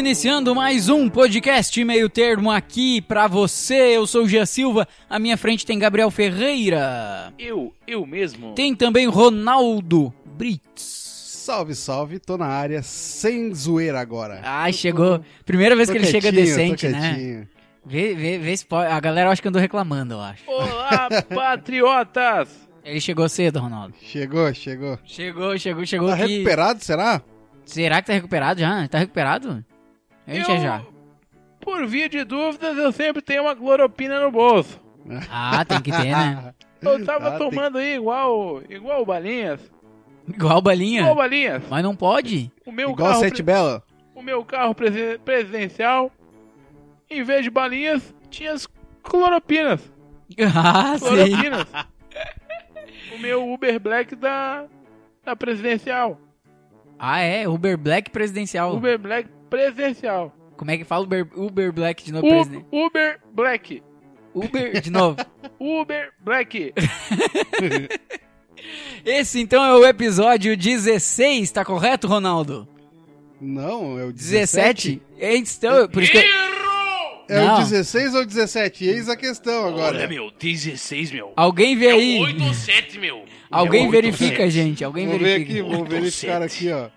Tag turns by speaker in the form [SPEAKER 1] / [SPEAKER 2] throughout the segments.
[SPEAKER 1] iniciando mais um podcast meio termo aqui pra você. Eu sou o Gia Silva, à minha frente tem Gabriel Ferreira.
[SPEAKER 2] Eu, eu mesmo.
[SPEAKER 1] Tem também Ronaldo Brits.
[SPEAKER 3] Salve, salve, tô na área sem zoeira agora.
[SPEAKER 1] Ah, chegou. Primeira vez
[SPEAKER 3] Tô
[SPEAKER 1] que ele chega
[SPEAKER 3] quietinho,
[SPEAKER 1] decente,
[SPEAKER 3] tô
[SPEAKER 1] né?
[SPEAKER 3] quietinho.
[SPEAKER 1] Vê, vê, vê se pode. A galera acho que andou reclamando, eu acho.
[SPEAKER 2] Olá, patriotas!
[SPEAKER 1] Ele chegou cedo, Ronaldo.
[SPEAKER 3] Chegou, chegou.
[SPEAKER 1] Chegou, chegou, chegou.
[SPEAKER 3] Tá
[SPEAKER 1] que-
[SPEAKER 3] recuperado, será?
[SPEAKER 1] Será que tá recuperado já? Tá recuperado? A gente é
[SPEAKER 2] Eu,
[SPEAKER 1] já.
[SPEAKER 2] Por via de dúvidas, eu sempre tenho uma cloropina no bolso.
[SPEAKER 1] Ah, tem que ter, né?
[SPEAKER 2] Eu tava
[SPEAKER 3] Ah, tem-
[SPEAKER 2] tomando aí igual, igual o balinhas.
[SPEAKER 1] Igual balinha.
[SPEAKER 2] Igual balinhas.
[SPEAKER 1] Mas não pode.
[SPEAKER 2] O meu
[SPEAKER 3] Igual
[SPEAKER 2] carro,
[SPEAKER 3] Sete
[SPEAKER 2] pre-
[SPEAKER 3] Bela.
[SPEAKER 2] o meu carro presi- presidencial, em vez de balinhas, tinha as cloropinas.
[SPEAKER 1] Ah, sim.
[SPEAKER 2] Cloropinas. o meu Uber Black da, da presidencial.
[SPEAKER 1] Ah, é. Uber Black presidencial.
[SPEAKER 2] Uber Black presidencial.
[SPEAKER 1] Como é que fala Uber, Uber Black de novo?
[SPEAKER 2] U-
[SPEAKER 1] presidente?
[SPEAKER 2] Uber Black.
[SPEAKER 1] Uber de novo.
[SPEAKER 2] Uber Black.
[SPEAKER 1] Esse então é o episódio 16, tá correto, Ronaldo?
[SPEAKER 3] Não, é o 17.
[SPEAKER 1] 17? Então, por isso que eu-
[SPEAKER 2] Errou!
[SPEAKER 3] É
[SPEAKER 1] Não.
[SPEAKER 3] o 16 ou 17? Eis a questão agora.
[SPEAKER 2] meu, 16, meu. É
[SPEAKER 1] alguém
[SPEAKER 3] É
[SPEAKER 1] vê aí.
[SPEAKER 2] ou 7, meu. É
[SPEAKER 1] Alguém verifica, gente. Alguém
[SPEAKER 3] Vamos ver aqui,
[SPEAKER 1] verifica.
[SPEAKER 3] vamos verificar aqui,
[SPEAKER 2] Sete.
[SPEAKER 3] ó.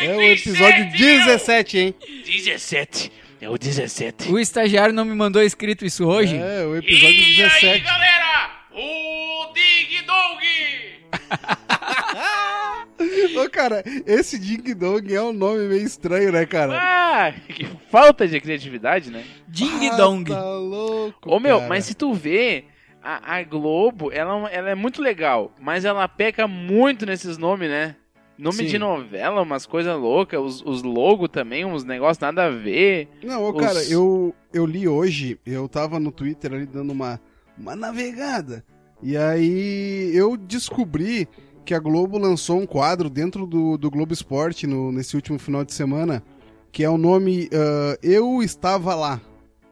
[SPEAKER 3] É o episódio 17, hein?
[SPEAKER 2] 17. É o 17.
[SPEAKER 1] O estagiário não me mandou escrito isso hoje.
[SPEAKER 3] É, o episódio 17.
[SPEAKER 2] galera? O Dig Dong.
[SPEAKER 3] Ô, cara, esse Ding Dong é um nome meio estranho, né, cara?
[SPEAKER 2] Ah, que falta de criatividade, né?
[SPEAKER 1] Ding
[SPEAKER 3] Ah,
[SPEAKER 1] Dong.
[SPEAKER 3] Tá louco,
[SPEAKER 2] Ô, meu,
[SPEAKER 3] cara.
[SPEAKER 2] mas se tu vê... A, a Globo, ela, é uma- ela é muito legal, mas ela peca muito nesses nomes, né? Nome
[SPEAKER 3] Sim.
[SPEAKER 2] de novela, umas coisas loucas, os, os logos também, uns negócios nada a ver.
[SPEAKER 3] Não, ô,
[SPEAKER 2] Os-
[SPEAKER 3] cara, eu, eu li hoje, eu tava no Twitter ali dando uma, uma navegada. E aí eu descobri que a Globo lançou um quadro dentro do, do Globo Esporte no, nesse último final de semana, que é o nome ah, Eu Estava Lá,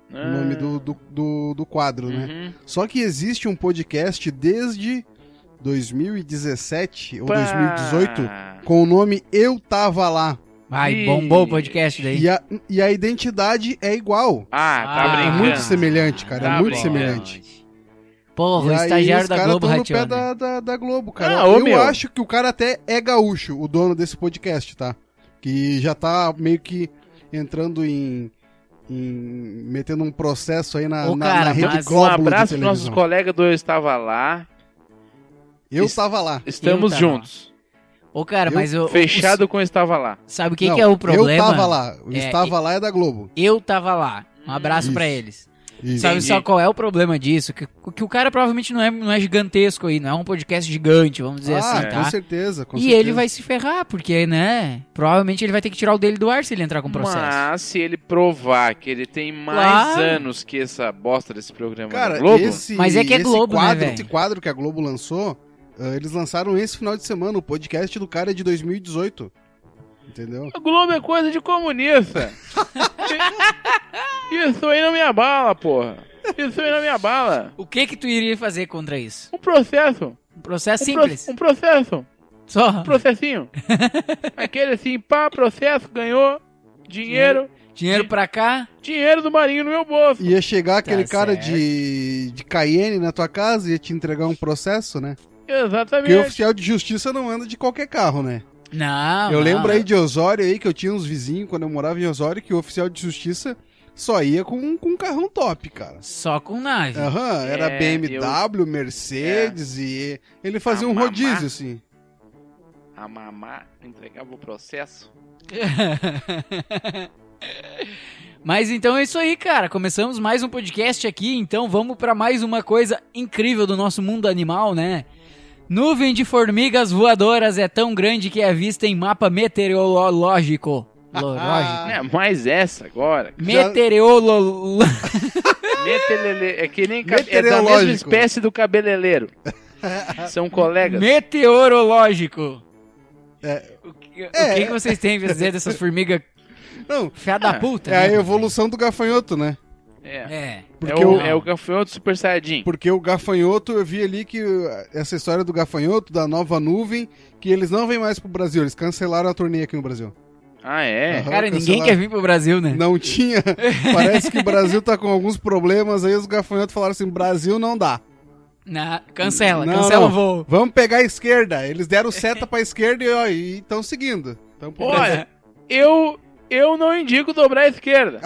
[SPEAKER 3] o nome do, do, do, do quadro, né?
[SPEAKER 2] É. Ah. Uhum.
[SPEAKER 3] Só que existe um podcast desde 2017 ou 2018
[SPEAKER 2] Pá.
[SPEAKER 3] com o nome Eu Tava Lá.
[SPEAKER 1] Vai,
[SPEAKER 2] Ih.
[SPEAKER 1] bombou o podcast daí.
[SPEAKER 3] E a, e a identidade é igual.
[SPEAKER 2] Ah, tá
[SPEAKER 1] Ah,
[SPEAKER 3] É
[SPEAKER 2] brincando.
[SPEAKER 3] muito semelhante, cara.
[SPEAKER 2] Tá
[SPEAKER 3] é muito
[SPEAKER 2] brincando.
[SPEAKER 3] semelhante.
[SPEAKER 1] Porra, o
[SPEAKER 3] E aí
[SPEAKER 1] estagiário
[SPEAKER 3] os
[SPEAKER 1] da
[SPEAKER 3] caras
[SPEAKER 1] Globo
[SPEAKER 3] tão no pé
[SPEAKER 1] rateando.
[SPEAKER 3] da, da, da Globo, cara.
[SPEAKER 2] Ah, ô,
[SPEAKER 3] eu
[SPEAKER 2] meu.
[SPEAKER 3] acho que o cara até é gaúcho, o dono desse podcast, tá? Que já tá meio que entrando em. em- metendo um processo aí na,
[SPEAKER 1] Ô,
[SPEAKER 3] na,
[SPEAKER 1] cara,
[SPEAKER 3] na rede
[SPEAKER 1] mas
[SPEAKER 2] Um
[SPEAKER 3] Globo
[SPEAKER 2] abraço
[SPEAKER 3] de
[SPEAKER 2] para nossos
[SPEAKER 3] televisão.
[SPEAKER 2] colegas do Eu Estava Lá.
[SPEAKER 3] Eu tava lá.
[SPEAKER 2] Estamos
[SPEAKER 1] Eu tava
[SPEAKER 2] juntos.
[SPEAKER 1] Ô, cara,
[SPEAKER 3] Eu-
[SPEAKER 1] mas eu.
[SPEAKER 2] Fechado com Eu Estava Lá.
[SPEAKER 1] Sabe o que,
[SPEAKER 3] Não,
[SPEAKER 1] que é o problema?
[SPEAKER 3] Eu tava lá. Eu
[SPEAKER 1] É,
[SPEAKER 3] estava lá é da Globo.
[SPEAKER 1] Eu tava lá. Um abraço
[SPEAKER 3] Isso.
[SPEAKER 1] pra eles.
[SPEAKER 3] Isso.
[SPEAKER 1] Sabe
[SPEAKER 2] Entendi.
[SPEAKER 1] só qual é o problema disso? Que, que o cara provavelmente não é, não é gigantesco aí, não é um podcast gigante, vamos dizer
[SPEAKER 3] ah,
[SPEAKER 1] assim,
[SPEAKER 3] com
[SPEAKER 1] tá?
[SPEAKER 3] certeza. com
[SPEAKER 1] E
[SPEAKER 3] certeza.
[SPEAKER 1] ele vai se ferrar, porque, né? Provavelmente ele vai ter que tirar o dele do ar se ele entrar com processo.
[SPEAKER 2] Mas se ele provar que ele tem mais
[SPEAKER 1] Claro.
[SPEAKER 2] anos que essa bosta desse programa da
[SPEAKER 3] Cara,
[SPEAKER 2] Globo,
[SPEAKER 3] esse,
[SPEAKER 1] Mas é que é
[SPEAKER 3] esse
[SPEAKER 1] Globo, né,
[SPEAKER 3] quadro,
[SPEAKER 1] velho?
[SPEAKER 3] Esse quadro que a Globo lançou, ah, eles lançaram esse final de semana. O podcast do cara é de 2018. Entendeu?
[SPEAKER 2] a Globo é coisa de comunista. Isso aí não me abala, porra. Isso aí não me abala.
[SPEAKER 1] O que que tu iria fazer contra isso?
[SPEAKER 2] Um processo.
[SPEAKER 1] Um processo
[SPEAKER 2] Um, pro-
[SPEAKER 1] simples.
[SPEAKER 2] um processo.
[SPEAKER 1] Só.
[SPEAKER 2] Um processinho. Aquele assim, pá, processo, ganhou dinheiro.
[SPEAKER 1] Dinheiro pra cá.
[SPEAKER 2] Dinheiro do Marinho no meu bolso.
[SPEAKER 3] Ia chegar aquele
[SPEAKER 1] Tá
[SPEAKER 3] cara
[SPEAKER 1] certo.
[SPEAKER 3] de, de Cayenne na tua casa e ia te entregar um processo, né? Porque o
[SPEAKER 2] Exatamente.
[SPEAKER 3] oficial de justiça não anda de qualquer carro, né?
[SPEAKER 1] Não.
[SPEAKER 3] eu
[SPEAKER 1] não.
[SPEAKER 3] lembro aí de Osório aí, que eu tinha uns vizinhos quando eu morava em Osório, que o oficial de justiça só ia com, com um carrão top, cara.
[SPEAKER 1] Só com nave.
[SPEAKER 3] Aham, era
[SPEAKER 2] É,
[SPEAKER 3] BMW,
[SPEAKER 1] É.
[SPEAKER 3] Mercedes e ele fazia
[SPEAKER 2] Ah,
[SPEAKER 3] um
[SPEAKER 2] mamá.
[SPEAKER 3] rodízio assim.
[SPEAKER 2] A mamá entregava o processo.
[SPEAKER 1] Mas então é isso aí, cara. Começamos mais um podcast aqui, então vamos pra mais uma coisa incrível do nosso mundo animal, né? Nuvem de formigas voadoras é tão grande que é vista em mapa meteorológico. Lógico.
[SPEAKER 3] Ah.
[SPEAKER 2] Né, mais essa agora.
[SPEAKER 3] Já-
[SPEAKER 1] Meteorolo...
[SPEAKER 2] Metelele, é que nem ca- é da
[SPEAKER 3] Meteorológico.
[SPEAKER 2] mesma espécie do cabeleleiro. São colegas.
[SPEAKER 1] Meteorológico.
[SPEAKER 3] É.
[SPEAKER 1] O que, o
[SPEAKER 3] É.
[SPEAKER 1] que que vocês têm a dizer dessas formigas
[SPEAKER 3] Não,
[SPEAKER 1] fé da
[SPEAKER 2] Ah,
[SPEAKER 1] puta?
[SPEAKER 3] é a
[SPEAKER 1] né?
[SPEAKER 3] evolução do gafanhoto, né?
[SPEAKER 2] É.
[SPEAKER 1] É.
[SPEAKER 2] É
[SPEAKER 3] Porque
[SPEAKER 2] o,
[SPEAKER 3] o-
[SPEAKER 2] é o gafanhoto super saiyajin.
[SPEAKER 3] Porque o gafanhoto, eu vi ali que uh, essa história do gafanhoto, da nova nuvem, que eles não vêm mais pro Brasil, eles cancelaram a turnê aqui no Brasil.
[SPEAKER 2] Ah, é?
[SPEAKER 3] Aham.
[SPEAKER 1] Cara, ninguém
[SPEAKER 3] cancelar.
[SPEAKER 1] quer vir pro Brasil, né?
[SPEAKER 3] Não tinha. Parece que o Brasil tá com alguns problemas aí. Os gafanhotos falaram assim: Brasil não dá.
[SPEAKER 1] Na- cancela,
[SPEAKER 3] Não,
[SPEAKER 1] cancela
[SPEAKER 3] não.
[SPEAKER 1] o voo.
[SPEAKER 3] Vamos pegar a esquerda. Eles deram seta pra esquerda e ó, e estão seguindo. Tão por-
[SPEAKER 2] Olha, eu, eu não indico dobrar a esquerda.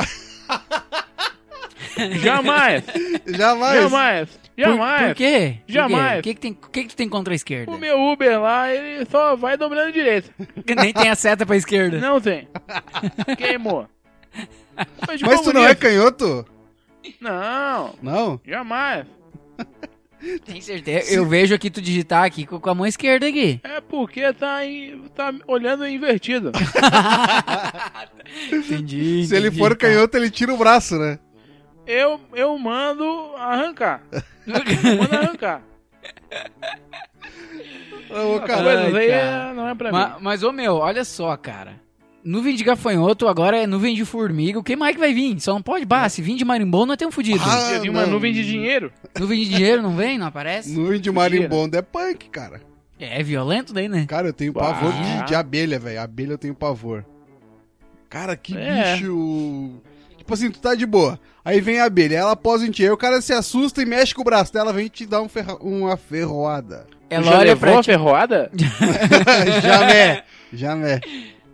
[SPEAKER 2] jamais,
[SPEAKER 3] Jamais.
[SPEAKER 2] jamais, jamais.
[SPEAKER 1] Por, por quê? Por quê?
[SPEAKER 2] Jamais.
[SPEAKER 1] O que, que, tem, o que, que tu tem contra a esquerda?
[SPEAKER 2] O meu Uber lá, ele só vai dobrando a direita.
[SPEAKER 1] Nem tem a seta pra esquerda.
[SPEAKER 2] Não tem. Queimou. de
[SPEAKER 3] Mas tu não
[SPEAKER 2] comunista.
[SPEAKER 3] é canhoto?
[SPEAKER 2] Não,
[SPEAKER 3] Não?
[SPEAKER 2] jamais.
[SPEAKER 1] Tem certeza. Eu vejo aqui tu digitar aqui com com a mão esquerda aqui.
[SPEAKER 2] É porque tá, em- tá olhando invertido.
[SPEAKER 1] Entendi.
[SPEAKER 3] Se ele
[SPEAKER 1] entendi,
[SPEAKER 3] for
[SPEAKER 1] tá.
[SPEAKER 3] canhoto, ele tira o braço, né?
[SPEAKER 2] Eu, eu mando arrancar. Mando arrancar.
[SPEAKER 3] Ô,
[SPEAKER 2] As
[SPEAKER 3] cara.
[SPEAKER 2] coisas aí
[SPEAKER 1] cara.
[SPEAKER 2] é- não é pra
[SPEAKER 1] Ma-
[SPEAKER 2] mim.
[SPEAKER 1] mas, ô meu, olha só, cara. Nuvem de gafanhoto, agora é nuvem de formiga. O que mais que vai vir? Só não pode. Bah, se vir de marimbondo, nós temos fudido.
[SPEAKER 3] Ah.
[SPEAKER 2] Eu vi uma
[SPEAKER 3] não.
[SPEAKER 2] nuvem de dinheiro.
[SPEAKER 1] Nuvem de dinheiro não vem? Não aparece?
[SPEAKER 3] No índio marimbondo é punk, cara.
[SPEAKER 1] É violento daí, né?
[SPEAKER 3] Cara, eu tenho
[SPEAKER 2] Bah.
[SPEAKER 3] pavor de, de abelha, velho. Abelha eu tenho pavor. Cara, que
[SPEAKER 2] É.
[SPEAKER 3] bicho. Tipo assim, tu tá de boa. Aí vem a abelha, ela posa em ti. Aí o cara se assusta e mexe com o braço dela, vem te dar um ferro- uma ferroada.
[SPEAKER 1] Ela
[SPEAKER 2] Já
[SPEAKER 1] olha
[SPEAKER 2] levou
[SPEAKER 1] pra
[SPEAKER 2] a
[SPEAKER 1] ti.
[SPEAKER 2] ferroada?
[SPEAKER 3] Jamé! Jamé.